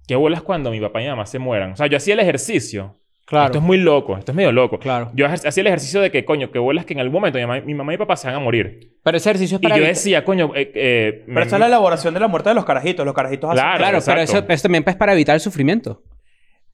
¿qué bolas cuando mi papá y mi mamá se mueran? O sea, yo hacía el ejercicio.
Claro.
Esto es muy loco, esto es medio loco.
Claro.
Yo ejer- hacía el ejercicio de que, coño, qué bolas que en algún momento mi mamá, mi mamá y mi papá se van a morir.
Pero ese ejercicio es
Y
para
yo
evitar-
decía, coño, eh, eh, me-
Pero esa es la elaboración de la muerte de los carajitos. Los carajitos hacen-
Claro,
Claro, pero eso,
exacto.
eso también es para evitar el sufrimiento.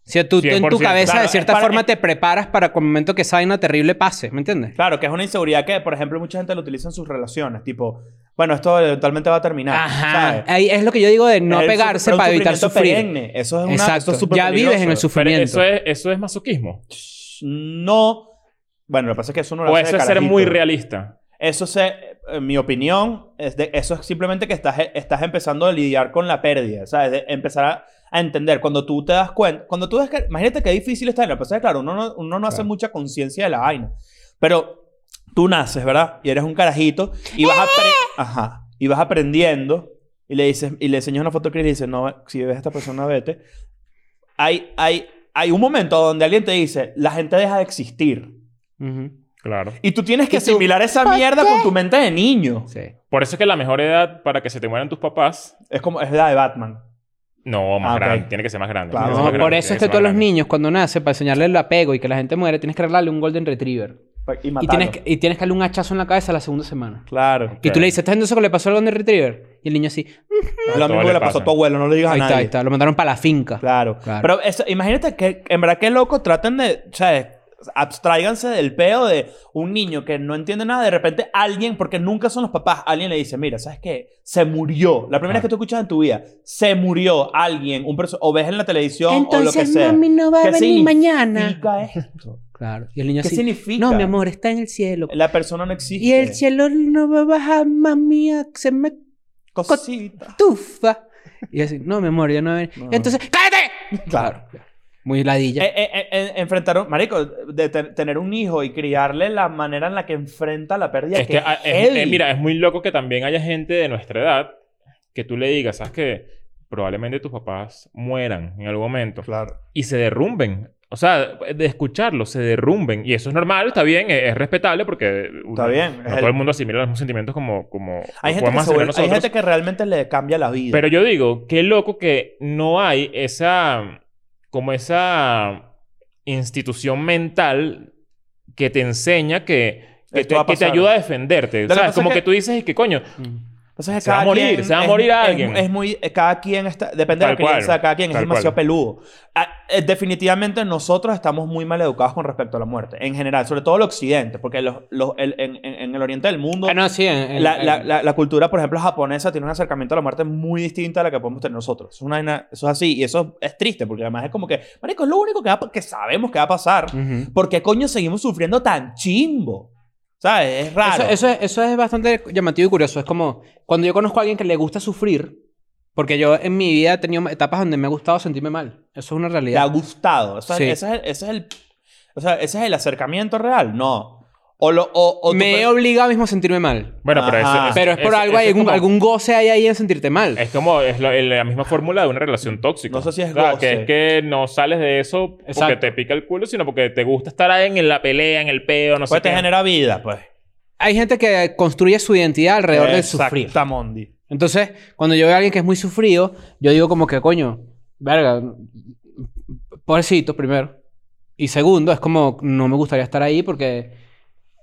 Si tú, tú en tu
100%.
cabeza
Claro,
de
es
cierta
para-
forma te preparas para con el momento que esa vaina terrible pase, ¿me entiendes?
Claro, que es una inseguridad que, por ejemplo, mucha gente lo utiliza en sus relaciones. Tipo, Bueno, esto eventualmente va a terminar.
Ajá.
¿sabes?
Ahí es lo que yo digo de no
Es el su-
pegarse
pero un
para evitar
sufrimiento
sufrir.
perenne. Eso es una,
Exacto.
Eso es súper
ya vives en el
peligroso.
Pero
sufrimiento.
eso es, eso es masoquismo.
No. Bueno, lo que pasa es que eso no lo
o
hace
eso
de
es ser
carajito.
muy realista.
Eso se, en mi opinión, es de- eso es simplemente que estás, estás empezando a lidiar con la pérdida, ¿sabes? De empezar a, a entender. Cuando tú te das cuenta, cuando tú ves que, imagínate qué difícil está, lo que pasa es que, claro, uno no, uno no hace
Claro.
mucha conciencia de la vaina. Pero tú naces, ¿verdad? Y eres un carajito y vas, apre- Ajá. Y vas aprendiendo y le dices, y le enseñas una foto que le dices, no, si ves a esta persona, vete. Hay, hay, hay un momento donde alguien te dice, la gente deja de existir.
Ujú.
Claro.
Y tú tienes que
Y tú,
asimilar esa
¿por
mierda
qué?
con tu mente de niño.
Sí.
Por eso es que la mejor edad para que se te mueran tus papás.
Es como es la de Batman.
No, más
Ah, ok.
grande. Tiene que ser más grande.
Claro.
tiene
No,
ser más
por
grande,
eso
tiene
es que
ser
tú a
más
los
grande.
niños, cuando nace, para enseñarle el apego y que la gente muere, tienes que regalarle un Golden Retriever.
Y
Y
matarlo.
tienes, que, y tienes que darle un hachazo en la cabeza la segunda semana.
Claro.
Y tú le dices, ¿estás viendo eso que le pasó al Golden Retriever? Y el niño así,
Lo
todo
mismo
le
que le pasó
pasa.
a tu abuelo, no le digas
ahí
a
está,
nadie.
ahí está. Lo mandaron para la finca.
Claro.
Claro.
Pero eso, imagínate que, en verdad, qué loco, traten de, ¿sabes? Abstráiganse del peo de un niño que no entiende nada. De repente, alguien, porque nunca son los papás, alguien le dice: Mira, ¿sabes qué? Se murió. La primera vez que tú escuchas en tu vida, se murió alguien, un perso- o ves en la televisión, o lo que sea.
no va
¿Qué significa
mañana.
esto?
Claro. Y el niño
¿Qué
así,
significa?
no, mi amor, está en el cielo.
La persona no existe.
Y el cielo no va a bajar, mami, a que se me
Cosita.
tufa. Y así, no, mi amor, yo no... voy a-
No.
Entonces, ¡cállate!
Claro.
Muy ladilla.
Eh, eh, eh, enfrentar un, marico, de te- tener un hijo y criarle la manera en la que enfrenta la pérdida.
Es que, ah, es- eh, mira, es muy loco que también haya gente de nuestra edad que tú le digas, ¿sabes qué? Probablemente tus papás mueran en algún momento
Claro.
y se derrumben. O sea, de escucharlo, se derrumben. Y eso es normal, está bien, es, es respetable porque uno-
Está bien,
no
es
todo
el-
el mundo asimila los mismos sentimientos como, como como
Hay gente, que
podemos
se vuelve-
asimilar
hay
nosotros.
gente que realmente le cambia la vida.
Pero yo digo, qué loco que no hay esa, como esa institución mental que te enseña que, que,
Esto
te,
va a
que te
pasar.
ayuda a defenderte.
Lo que
¿Sabes?
pasa
Como
es
que...
que-
tú dices y que coño,
Mm.
Entonces,
se va a
cada
morir,
quien
se va a
es-
morir
es-
alguien.
Es, muy, eh, cada quien está, depende de
Tal
la
cual,
crianza de cada quien, es
tal
demasiado
cual.
peludo. Ah, eh, definitivamente nosotros estamos muy mal educados con respecto a la muerte, en general, sobre todo el occidente, porque los, los- el- en, en- en el oriente del mundo...
Ah, no, sí. en- en-
la, la-
en-
la- la cultura, por ejemplo, japonesa tiene un acercamiento a la muerte muy distinta a la que podemos tener nosotros. Es una vaina- eso es así y eso es triste porque además es como que, marico, es lo único que, va a pa- que sabemos que va a pasar.
Ujú.
¿Por qué coño seguimos sufriendo tan chimbo? ¿Sabes? Es raro.
Eso, eso es, eso es bastante llamativo y curioso. Es como cuando yo conozco a alguien que le gusta sufrir, porque yo en mi vida he tenido etapas donde me ha gustado sentirme mal. Eso es una
¿Te ha
realidad.
gustado? Eso es-
Sí.
ese, es el, ese es el- o sea, ese es el acercamiento real. No. O lo, o, o tú
me
pe-
he obligado mismo a sentirme mal.
Bueno, pero
Ajá.
eso, eso-
Pero es por
eso-
algo, hay
eso es
algún,
como-
algún goce hay ahí en sentirte mal.
Es como es la, el- la misma fórmula de una relación tóxica.
No sé si es
O sea,
goce.
que es que no sales de eso porque
Exacto.
te pica el culo, sino porque te gusta estar ahí en la pelea, en el peo, no
pues
sé
te
qué.
genera vida, pues.
Hay gente que construye su identidad alrededor del sufrir.
Exactamundi.
Entonces, cuando yo veo a alguien que es muy sufrido, yo digo como que, coño, verga, pobrecito, primero. Y segundo, es como, no me gustaría estar ahí porque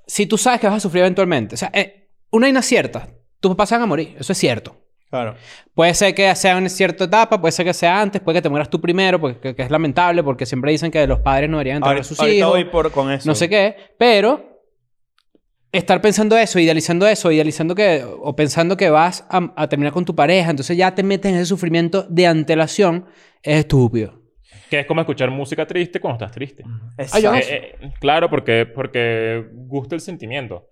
si tú sabes que vas a sufrir eventualmente, o sea, eh, una incierta, tus papás se van a morir, eso es cierto.
Claro.
Puede ser que sea en cierta etapa, puede ser que sea antes, puede que te mueras tú primero, porque que- que es lamentable, porque siempre dicen que los padres no deberían enterrar
Ahora,
a sus
ahorita
hijos
voy por, con eso.
no sé qué, pero estar pensando eso, idealizando eso, idealizando que, o pensando que vas a, a terminar con tu pareja, entonces ya te metes en ese sufrimiento de antelación, es estúpido.
Que es como escuchar música triste cuando estás triste.
Ah, yo-
Exacto.
Eh, eh, claro, porque, porque gusta el sentimiento.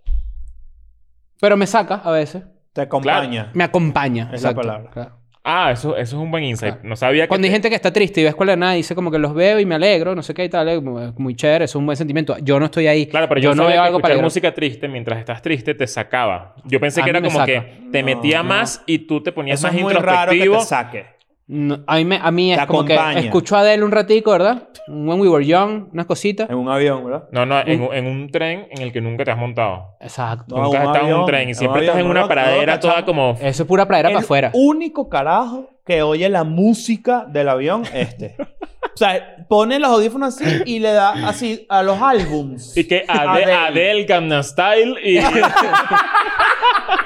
Pero me saca a veces,
Te acompaña.
me acompaña.
Es la
exacto,
palabra.
claro.
Ah, eso, eso es un buen insight.
Ah.
Claro.
No sabía que...
Cuando hay
te-
gente que está triste y ve escuela de nada, dice como que los veo y me alegro, no sé qué y tal, es muy- muy chévere, es un buen sentimiento. Yo no estoy ahí.
Claro, pero yo,
no
sabía
veo
que
algo
escuchar
para
música triste mientras estás triste te sacaba. Yo pensé
A
que
mí
era
me
como
saca.
que te
No,
metía
no.
más y tú te ponías
Eso
más
es muy raro que
introspectivo.
te saque.
No, a mí, me- a mí es
Te
como
acompaña.
que escucho a Adele un ratico, ¿verdad? Un When We Were Young, unas cositas.
En un avión, ¿verdad?
No, no, en, un- en un tren en el que nunca te has montado.
Exacto.
No,
nunca
un
has estado en
avión,
un tren
un
y siempre
avión,
estás en
no
una
lo-
pradera
no lo
toda
cachamos.
como...
Eso es pura pradera
el
para afuera.
único carajo que oye la música del avión este. o sea, pone los audífonos así y le da así a los álbums.
Y que Ade-
Adele.
Adele, Gangnam Style y...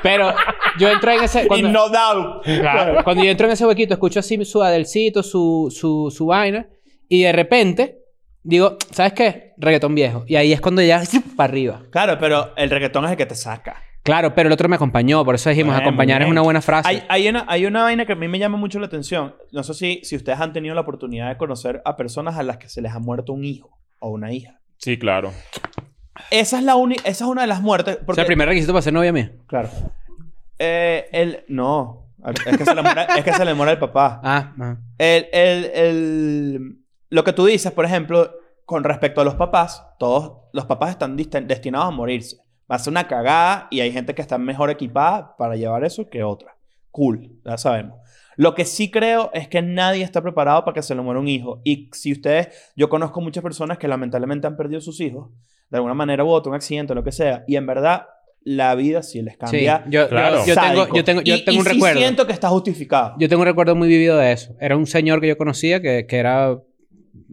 Pero yo entro en ese.
Y
Cuando,
no doubt.
Claro, cuando yo entro en ese huequito, escucho así su adelcito, su, su, su vaina. Y de repente digo, ¿sabes qué? Reggaetón viejo. Y ahí es cuando ya para arriba.
Claro, pero el reggaetón es el que te saca.
Claro, pero el otro me acompañó, por eso dijimos,
Bueno,
acompañar
muy
es
bien.
una buena frase.
Hay, hay una, hay una vaina que a mí me llama mucho la atención. No sé si, si ustedes han tenido la oportunidad de conocer a personas a las que se les ha muerto un hijo o una hija.
Sí, claro.
Esa es, la uni- esa es una de las muertes.
o
Porque,
sea, el primer requisito para ser novia mía.
Claro. Eh, el, no. Es que, se le muera, es que se le muera el papá.
Ah, ajá.
El, el, el- lo que tú dices, por ejemplo, con respecto a los papás, todos los papás están disten- destinados a morirse. Va a ser una cagada y hay gente que está mejor equipada para llevar eso que otra. Cool, ya sabemos. Lo que sí creo es que nadie está preparado para que se le muera un hijo. Y si ustedes, yo conozco muchas personas que lamentablemente han perdido sus hijos, de alguna manera u otra, un accidente, lo que sea, y en verdad la vida sí les
Sí,
cambia.
yo, yo-
Claro.
yo tengo,
sádico.
yo tengo, yo
Y-
tengo
y
un
sí
recuerdo.
siento que está justificado.
Yo tengo un recuerdo muy vivido de eso. Era un señor que yo conocía que, que era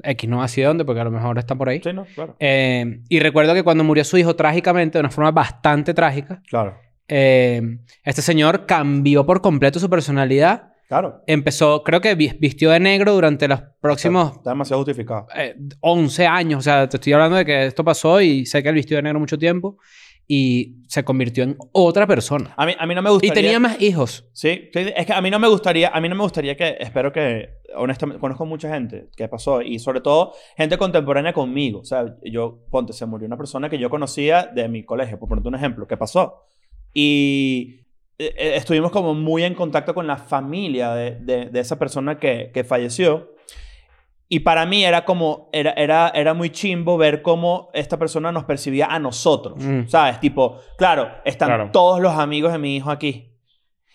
X, no así de dónde, porque a lo mejor está por ahí.
Sí, no, claro.
Eh, y recuerdo que cuando murió su hijo trágicamente, de una forma bastante trágica,
Claro,
eh, este señor cambió por completo su personalidad.
claro.
Empezó, creo que vi- vistió de negro durante los próximos
Está demasiado justificado.
eh, 11 años. O sea, te estoy hablando de que esto pasó y sé que él vistió de negro mucho tiempo y se convirtió en otra persona.
A mí, a mí no me gustaría.
Y tenía más hijos.
Sí, sí, es que a mí no me gustaría, a mí no me gustaría que, espero que, honestamente, conozco mucha gente que pasó y sobre todo gente contemporánea conmigo. O sea, yo, ponte, se murió una persona que yo conocía de mi colegio, por ponerte un ejemplo, que pasó. Y eh, eh, estuvimos como muy en contacto con la familia de, de- de esa persona que, que falleció. Y para mí era como, era, era, era muy chimbo ver cómo esta persona nos percibía a nosotros.
Mm.
¿Sabes? Tipo, claro, están
Claro.
todos los amigos de mi hijo aquí.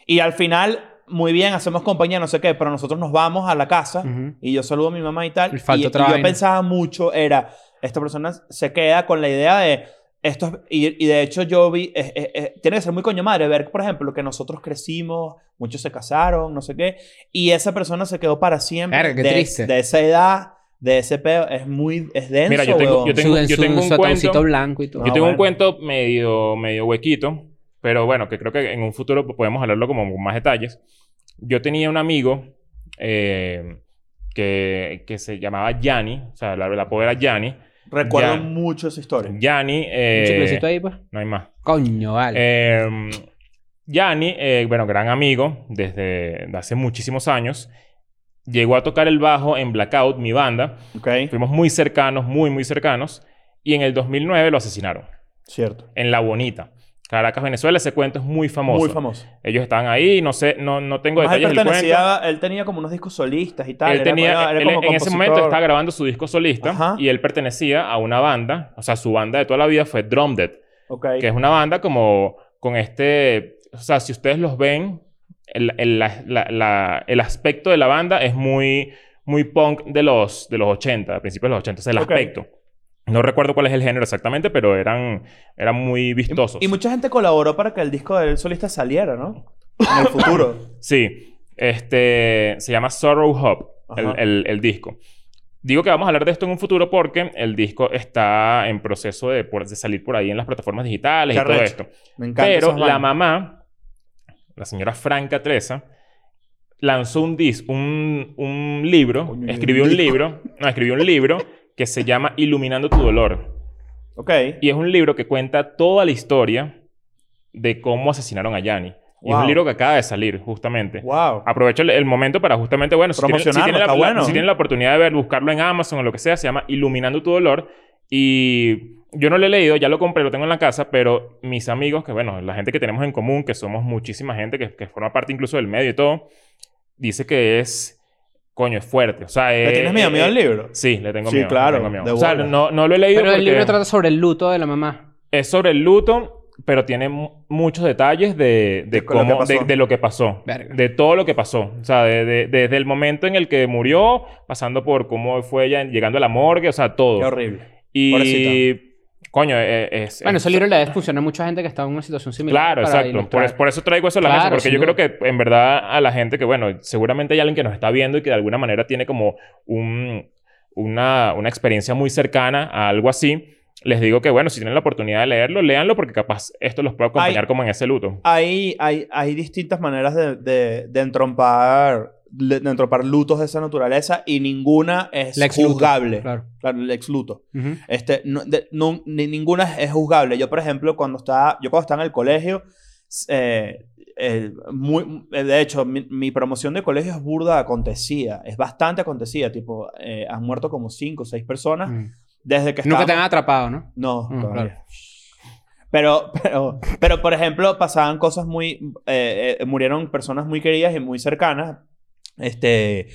Y al final, muy bien, hacemos compañía, no sé qué, pero nosotros nos vamos a la casa
Ujú.
y yo saludo a mi mamá y tal.
Y falta
y,
otra
y yo
vaina.
pensaba mucho, era, esta persona se queda con la idea de, esto es- y, y de hecho yo vi, eh, eh, eh, tiene que ser muy coño madre ver, por ejemplo, que nosotros crecimos, muchos se casaron, no sé qué, y esa persona se quedó para siempre
Verga, qué
de,
triste.
de esa edad, de ese pedo, es muy, es denso,
Mira, yo tengo-
weón.
yo tengo-
Su- en su-
un
su atoncito
cuento.
blanco y todo.
Yo
Ah,
tengo un
bueno.
cuento medio, medio huequito, pero bueno, que creo que en un futuro podemos hablarlo como con más detalles. Yo tenía un amigo eh, que, que se llamaba Yanni, o sea, la, la apodo era Yanni.
Recuerdo
Ya.
mucho esa historia.
Yanni,
Un
eh,
chiclecito ahí, pues.
no hay más.
Coño, vale.
Eh, Yanni, eh, bueno, gran amigo desde hace muchísimos años, llegó a tocar el bajo en Blackout, mi banda.
Ok,
Fuimos muy cercanos, muy, muy cercanos, y en el 2009 lo asesinaron.
cierto.
en La Bonita. Caracas, Venezuela, ese cuento es muy famoso.
Muy famoso.
Ellos estaban ahí, no sé, no, no tengo
Además, él,
detalles del cuento.
pertenecía- él tenía como unos discos solistas y tal.
Él
era-
tenía,
era- era
él en
como
ese
compositor.
momento estaba grabando su disco solista
Ajá.
y él pertenecía a una banda, o sea, su banda de toda la vida fue Drum Dead,
Ok.
que es una banda como con este, o sea, si ustedes los ven, el, el- la- la- la- el aspecto de la banda es muy, muy punk de los, de los 80, a principios de los 80, o sea, el
Ok.
aspecto. No recuerdo cuál es el género exactamente, pero eran, eran muy vistosos.
Y mucha gente colaboró para que el disco del solista saliera, ¿no? En el futuro.
Sí. Este, se llama Sorrow Hub, el,
Ajá.
el- el disco. Digo que vamos a hablar de esto en un futuro porque el disco está en proceso de, por- de salir por ahí en las plataformas digitales y
Qué
todo
arrecho.
esto.
Me encanta.
Pero
esas
la
bandas.
mamá, la señora Franca Tresa, lanzó un dis, un, un libro,
Coño,
escribió
y un
un
disco.
libro, no, escribió un libro que se llama Iluminando tu dolor.
Ok.
Y es un libro que cuenta toda la historia de cómo asesinaron a Yanni. Y es
Wow.
un libro que acaba de salir, justamente
Wow.
aprovecho el, el momento para justamente, bueno, si tienen, si
Promocionarlo,
tienen la,
está
la-
bueno.
si tienen la oportunidad de ver, buscarlo en Amazon o lo que sea, se llama Iluminando tu dolor. Y yo no lo he leído, ya lo compré, lo tengo en la casa, pero mis amigos, que bueno, la gente que tenemos en común, que somos muchísima gente, que, que forma parte incluso del medio y todo, dice que es, coño, es fuerte. O sea,
¿Le
es-
tienes miedo,
es-
miedo al libro?
Eh, Sí, le tengo
Sí,
miedo. le
claro,
tengo miedo.
de
O sea,
bola.
no, no lo he leído
Pero el
porque
libro trata sobre el luto de la mamá.
es sobre el luto, pero tiene mu- muchos detalles de, de
De con lo
cómo,
que
de,
pasó.
de lo que pasó.
Verga.
De todo lo que pasó. O sea, de- de- desde el momento en el que murió, pasando por cómo fue ella llegando a la morgue, o sea,
Qué
todo.
horrible.
Y.
Pobrecita.
Coño, eh, es.
Bueno,
es-
ese libro le funciona a mucha gente que está en una situación similar.
Claro,
para
exacto. Por,
ilustrar.
es- por eso traigo eso a la
Claro,
mesa, porque
sin
yo creo que en verdad a la gente que, bueno, seguramente hay alguien que nos está viendo y que de alguna manera tiene como un, una, una experiencia muy cercana a algo así. Les digo que, bueno, si tienen la oportunidad de leerlo, léanlo porque capaz esto los puede acompañar
Ay.
como en ese luto.
Hay, hay, hay distintas maneras de, de, de entrompar le- dentro par lutos de esa naturaleza y ninguna es
Lex Luthor,
juzgable.
claro.
Claro, el ex luto.
Ujú.
Este, no- de- no- ni- ninguna es juzgable. Yo, por ejemplo, cuando estaba, yo cuando estaba en el colegio, s- eh, eh, muy, eh, de hecho, mi, mi promoción de colegio es burda acontecida. Es bastante acontecida. Tipo, eh, han muerto como cinco o seis personas
Mm.
desde Ah, que
Nunca te han
estábamos-
atrapado, ¿no?
No,
Mm,
todavía.
claro.
Pero, pero, pero, por ejemplo, pasaban cosas muy... eh, eh, murieron personas muy queridas y muy cercanas. Este,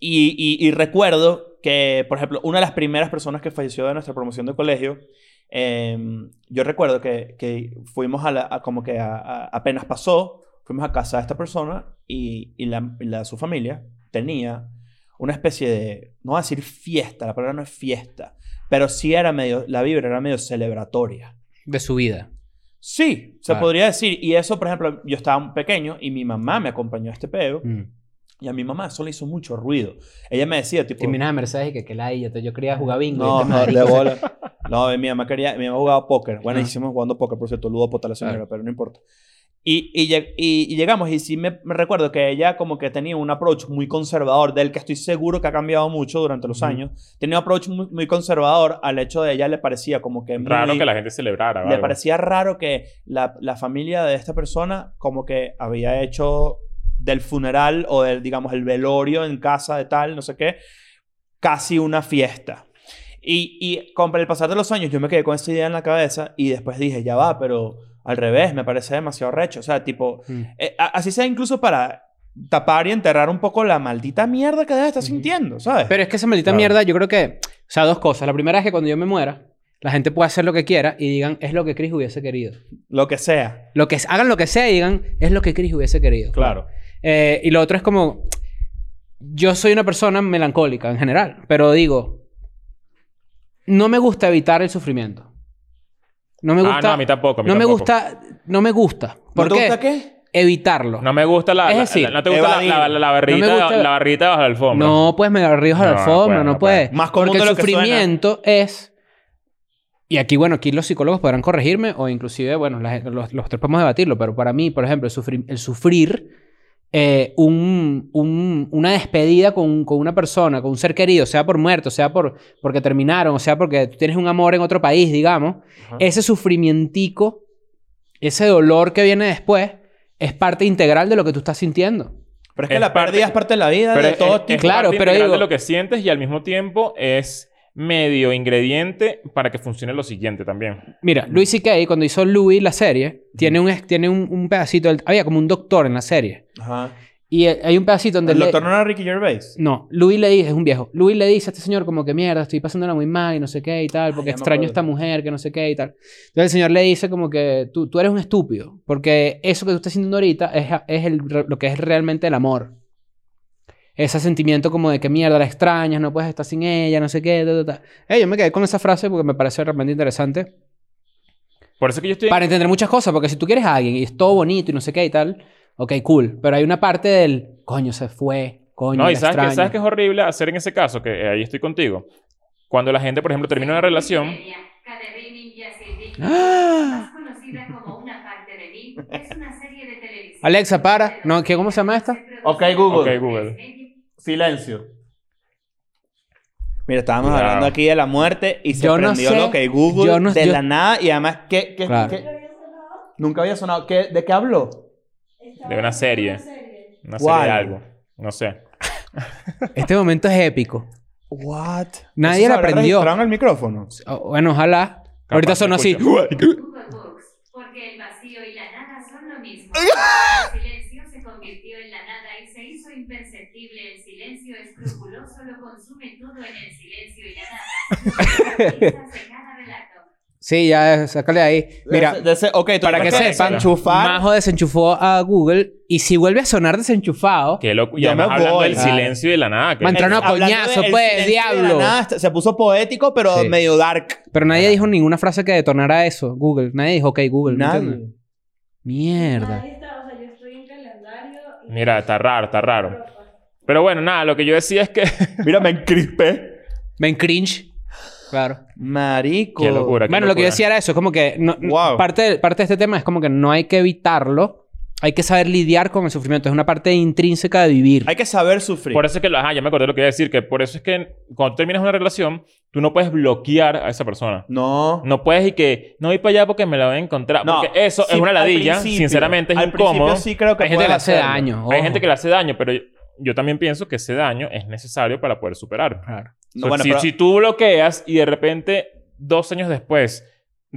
y, y- y recuerdo que, por ejemplo, una de las primeras personas que falleció de nuestra promoción de colegio, eh, yo recuerdo que, que fuimos a la... a como que a- a- apenas pasó, fuimos a casa de esta persona y, y la, y la- su familia tenía una especie de... No voy a decir fiesta, la palabra no es fiesta, pero sí era medio... La vibra era medio celebratoria.
De su vida.
Sí, se
Claro.
podría decir. Y eso, por ejemplo, yo estaba pequeño y mi mamá me acompañó a este pedo.
Mm.
Y a mi mamá eso le hizo mucho ruido. Ella me decía, tipo...
Terminas a Mercedes y que, que la ella, yo quería jugar bingo.
No,
Este
no,
marico
de
se-
bola. No, mi mamá quería... Mi mamá jugaba póker. Bueno,
Ah.
hicimos jugando póker, por cierto. Ludo la señora,
Claro.
pero no importa. Y, y, lleg- y- y llegamos y sí me me recuerdo que ella como que tenía un approach muy conservador, del que estoy seguro que ha cambiado mucho durante los
Ujú.
años. Tenía un approach muy, muy conservador al hecho de ella le parecía como que...
Raro
muy-
que la gente celebrara. o
le
algo.
parecía raro que la, la familia de esta persona como que había hecho del funeral o del, digamos, el velorio en casa de tal, no sé qué, casi una fiesta. Y, y con el pasar de los años yo me quedé con esa idea en la cabeza y después dije, ya va, pero al revés, me parece demasiado recho. O sea, tipo,
Mm.
eh, a- así sea incluso para tapar y enterrar un poco la maldita mierda que debes estar
Ujú.
sintiendo, ¿sabes?
Pero es que esa maldita
Claro.
mierda, yo creo que. O sea, dos cosas. La primera es que cuando yo me muera, la gente puede hacer lo que quiera y digan, es lo que Chris hubiese querido.
Lo que sea.
Lo que, hagan lo que sea y digan, es lo que Chris hubiese querido.
Claro.
Eh, y lo otro es como. Yo soy una persona melancólica en general, pero digo. No me gusta evitar el sufrimiento. No me gusta.
Ah, no, a mí tampoco. a mí
no me
tampoco.
gusta. No me gusta. ¿Por
¿No te
qué?
gusta qué?
Evitarlo.
No me gusta la...
Es
la-
decir,
la- no te gusta la,
evadir.
la- la- la barrita,
No me gusta-
la barrita bajo la alfombra.
No puedes meter ríos a la
No, no
alfombra,
puede,
no
no
puedes.
puede. Más común
Porque
de
el
lo que suena.
sufrimiento es. Y aquí, bueno, aquí los psicólogos podrán corregirme, o inclusive, bueno, la gen- los, los tres podemos debatirlo, pero para mí, por ejemplo, el, sufri- el sufrir eh, un- un- una despedida con, con una persona, con un ser querido, sea por muerto, sea por, porque terminaron, o sea porque tú tienes un amor en otro país, digamos,
Ajá.
ese sufrimiento, ese dolor que viene después, es parte integral de lo que tú estás sintiendo.
Pero es que
Es
la
parte-
pérdida es parte de la vida de todo tipo.
Claro,
parte
pero
integral
digo-
de lo que sientes y al mismo tiempo es medio ingrediente para que funcione lo siguiente también.
Mira, Louis C.K. cuando hizo Louis la serie, tiene un, tiene un, un pedacito... del- había como un doctor en la serie.
Ajá.
Y eh, hay un pedacito donde...
El
le-
doctor no era Ricky Gervais.
No, Louis le dice... Es un viejo. Louis le dice a este señor como que mierda, estoy pasándola muy mal y no sé qué y tal. Porque
Ah, ya me
extraño a
acuerdo.
esta mujer que no sé qué y tal. Entonces el señor le dice como que tú, tú eres un estúpido. Porque eso que tú estás sintiendo ahorita es, es el- lo que es realmente el amor. Ese sentimiento como de que mierda, la extrañas, no puedes estar sin ella, no sé qué, ta, ta, ta. Eh, yo me quedé con esa frase porque me parece realmente interesante.
Por eso que yo estoy...
Para entender muchas cosas, porque si tú quieres a alguien y es todo bonito y no sé qué y tal, ok, cool. Pero hay una parte del coño se fue, coño.
No, y
la
sabes que,
extraño.
sabes que es horrible hacer en ese caso, que eh, ahí estoy contigo. Cuando la gente, por ejemplo, termina una relación,
Caderini y Acidini,
¡Ah!
más conocida como Una parte de mí, es una serie de televisión.
Alexa, para. No, ¿qué- ¿Cómo se llama esta?
Ok, Google.
Ok, Google.
Silencio. Mira, estábamos
Wow.
hablando aquí de la muerte y se
Yo no
prendió
sé,
lo que Google
yo no-
de
yo-
la nada y además, ¿qué? qué-
Claro.
qué- Nunca había sonado. ¿Qué- ¿De qué habló?
de una serie, una serie
¿Cuál?
de algo, no sé.
Este momento es épico.
What? ¿Eso
Nadie la
se habrá
aprendió.
registrado en el micrófono?
O- Bueno, ojalá.
Capaz
Ahorita
se
son así.
Google Books, porque el vacío y la nada son lo mismo. El silencio se convirtió en la nada y se hizo imperceptible. El silencio escrupuloso lo consume todo en el silencio y la nada. de cada relato.
Sí, ya, sácale ahí. Mira,
De ese- ok, tú
para que
tienes
sepan,
Desenchufar.
Majo desenchufó a Google y si vuelve a sonar desenchufado,
Qué loco. Y
Yo
además
me
hablando
voy.
Ah.
del silencio y de la nada. que-
El-
Man, Entraron a
hablando
coñazo,
del
pues,
silencio de la
diablo.
nada, se puso poético, pero
Sí.
medio dark.
pero nadie dijo ninguna frase que detonara eso, Google. Nadie dijo, ok, Google. ¿me entiendes?
Nadie.
Mierda.
Ahí está, o sea, yo estoy en calendario. y-
Mira, está raro, está raro. Pero bueno, nada, lo que yo decía es que...
Mira, me encrispé.
Ven cringe. Claro.
Marico.
qué locura. qué
Bueno, lo que yo
locura.
decía era eso, es como que no-
Wow.
parte, de, parte de este tema es como que no hay que evitarlo, hay que saber lidiar con el sufrimiento. Es una parte intrínseca de vivir.
Hay que saber sufrir.
Por eso es que, lo- ajá, ya me acordé lo que iba a decir, que por eso es que cuando terminas una relación, tú no puedes bloquear a esa persona.
No.
No puedes y que no voy para allá porque me la voy a encontrar.
No.
porque eso
Sí,
es una
al
ladilla,
principio.
sinceramente es
Al
incómodo.
principio sí creo que
Hay gente que
puedes
le hace
hacerlo.
daño.
Hay
ojo.
gente que le hace daño, pero yo, yo también pienso que ese daño es necesario para poder superar.
Claro.
No,
So,
bueno,
si,
pero-
si tú bloqueas y de repente, dos años después,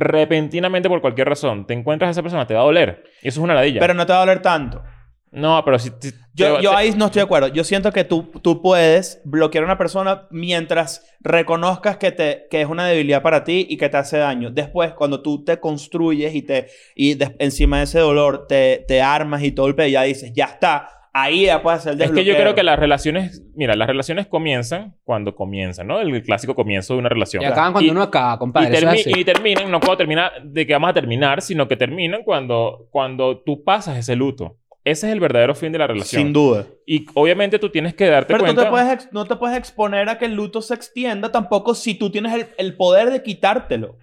repentinamente por cualquier razón, te encuentras a esa persona, te va a doler. Y eso es una ladilla.
pero no te va a doler tanto.
no, pero si... si-
Yo,
te-
yo
te-
ahí no estoy de acuerdo. Yo siento que tú, tú puedes bloquear a una persona mientras reconozcas que, te, que es una debilidad para ti y que te hace daño. Después, cuando tú te construyes y, te, y des- encima de ese dolor te, te armas y todo el pedo, ya dices, ya está. Ahí ya puedes hacer el
Es que
desbloqueo.
yo creo que las relaciones, mira, las relaciones comienzan cuando comienzan, ¿no? El clásico comienzo de una relación.
Y acaban cuando
Y-
uno acaba,
y,
compadre. eso es
termi-
así.
y terminan, no puedo terminar de que vamos a terminar, sino que terminan cuando, cuando tú pasas ese luto. Ese es el verdadero fin de la relación.
Sin duda.
Y obviamente tú tienes que darte
Pero
cuenta.
tú te puedes ex- no te puedes exponer a que el luto se extienda tampoco si tú tienes el, el poder de quitártelo.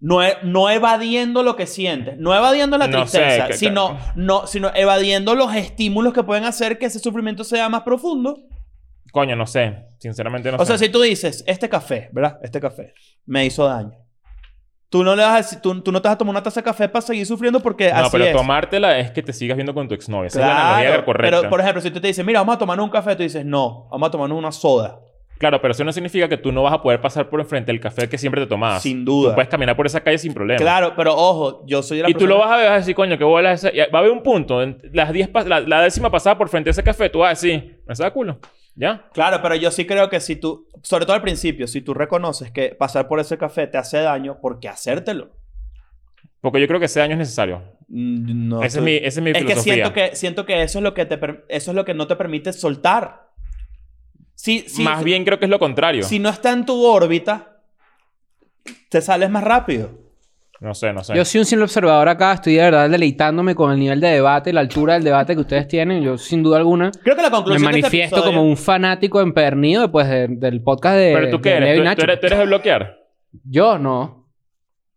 No, e- no evadiendo lo que sientes, no evadiendo la
No sé,
tristeza,
que-
sino, no, sino evadiendo los estímulos que pueden hacer que ese sufrimiento sea más profundo.
Coño, no sé. Sinceramente no
o sea,
sé.
si tú dices, este café, ¿verdad? Este café me hizo daño. Tú no, le vas a, decir- tú, tú no te vas a tomar una taza de café para seguir sufriendo porque
no,
así
pero
es.
tomártela es que te sigas viendo con tu exnovia. Esa es la
Claro,
analogía correcta.
Pero, por ejemplo, si tú te dices, mira, vamos a tomarnos un café, tú dices, no, vamos a tomarnos una soda.
Claro, pero eso no significa que tú no vas a poder pasar por enfrente del café que siempre te tomabas.
Sin duda.
Ah, Tú puedes caminar por esa calle sin problema.
Claro, pero ojo, yo soy de la
Y tú
persona-
lo vas a ver, vas a decir, coño, qué bola esa. Y Va a haber un punto. en Las diez pas- la, la décima pasada por frente a ese café, tú vas a decir, me saca culo. ¿Ya?
Claro, pero yo sí creo que si tú, sobre todo al principio, si tú reconoces que pasar por ese café te hace daño, ¿por qué hacértelo?
Porque yo creo que ese daño es necesario.
Mm, No.
Esa es mi,
estoy-
esa es mi
Es que
filosofía.
siento que siento que eso es lo que te per- eso es lo que no te permite soltar. Si, si-
Más bien creo que es lo contrario.
si no está en tu órbita, te sales más rápido.
No sé, no sé.
Yo soy un simple observador acá, estoy de verdad deleitándome con el nivel de debate, la altura del debate que ustedes tienen. Yo, sin duda alguna,
Creo que la
me
conclusión de este
manifiesto
episodio-
como un fanático empernido después de- del podcast de.
Pero tú qué
de
eres?
Leo y
¿Tú,
Nacho.
tú eres, tú eres de bloquear.
Yo no.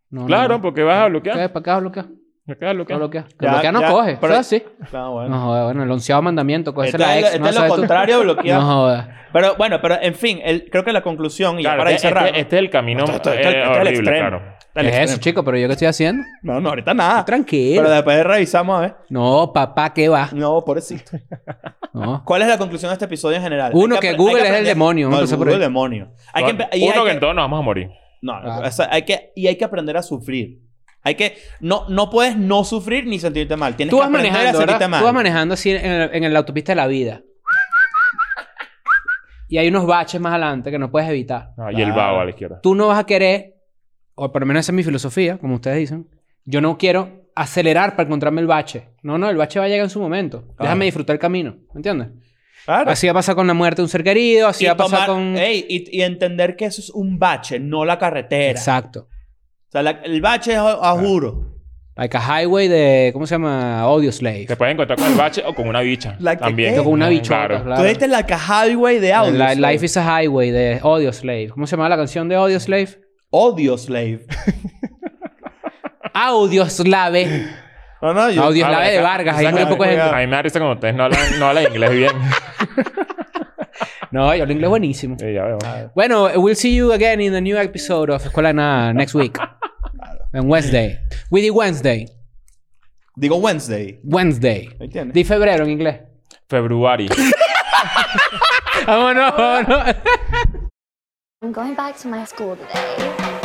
No,
claro,
no, no.
porque vas a bloquear.
¿Qué? ¿Para qué bloquear?
Bloquear,
¿Qué
bloquear.
bloquear? Que
Ya,
bloquear no
ya,
coge.
pero-
Pero, así.
Ah, bueno.
No jodas, bueno, el onceavo mandamiento, coge
Este
la
es,
ex.
este
no
es lo
sabes tú.
contrario, bloquear.
No jodas.
Pero bueno, pero en fin, el- creo que la conclusión, y ya
Claro,
para ir
este,
cerrando.
este- este es el camino
Esto- esto- esto-
eh,
esto es el
horrible,
extremo.
claro.
Dale,
¿Qué es eso,
extremo.
chico? ¿Pero yo qué estoy haciendo?
No, no, ahorita nada.
Tranquilo.
Pero después revisamos, a ver.
No, papá, ¿qué va?
No, pobrecito.
No.
¿Cuál es la conclusión de este episodio en general?
Uno,
Hay
que
apre-
Google
hay
es el
aprender-
demonio,
No,
vamos a empezar por
Google es el
ahí. Ah.
demonio. Hay que
Uno
empe- y hay
que
que-
en todos nos vamos a morir.
No,
Claro.
o sea, hay que, y hay que aprender a sufrir. Hay que... No, no puedes no sufrir ni sentirte mal. Tienes
Tú
que
vas
aprender
manejando,
a sentirte
¿verdad?
mal.
Tú vas manejando así en, el- en la autopista de la vida. Y hay unos baches más adelante que no puedes evitar.
Ah, Y el
Claro.
vago a la izquierda.
Tú no vas a querer, o por lo menos esa es mi filosofía, como ustedes dicen. Yo no quiero acelerar para encontrarme el bache. No, no, el bache va a llegar en su momento. Déjame disfrutar el camino. ¿Me entiendes?
Claro.
Así va a pasar con la muerte de un ser querido, así
y,
va a pasar
tomar-
con.
Ey, y, y entender que eso es un bache, no la carretera.
Exacto.
O sea, la- el bache es a, a juro.
Like a highway de. ¿Cómo se llama? Audio Slave.
Te puedes encontrar con el bache o con una bicha.
La que
también.
qué?
Con una bichota.
Claro.
claro.
Tú dijiste la caja highway de audio.
La-
slave.
Life is a Highway de Audio Slave. ¿Cómo se llama la canción de Audio Slave?
Audio slave.
Audio Slave.
No, no, yo...
Audio
Ah,
Slave de
acá-
Vargas. Hay
¿sabes
muy
qué?
poca gente.
A mí me da risa cuando ustedes no hablan, no hablan inglés bien.
No, yo hablo inglés buenísimo.
Sí, ya veo.
Bueno, we'll see you again in the new episode of Escuela de Nada next week. On Wednesday. We did Wednesday.
Digo Wednesday.
Wednesday.
¿Entiendes?
Di febrero en inglés.
Februari.
Vámonos, vámonos.
I'm going back to my school today.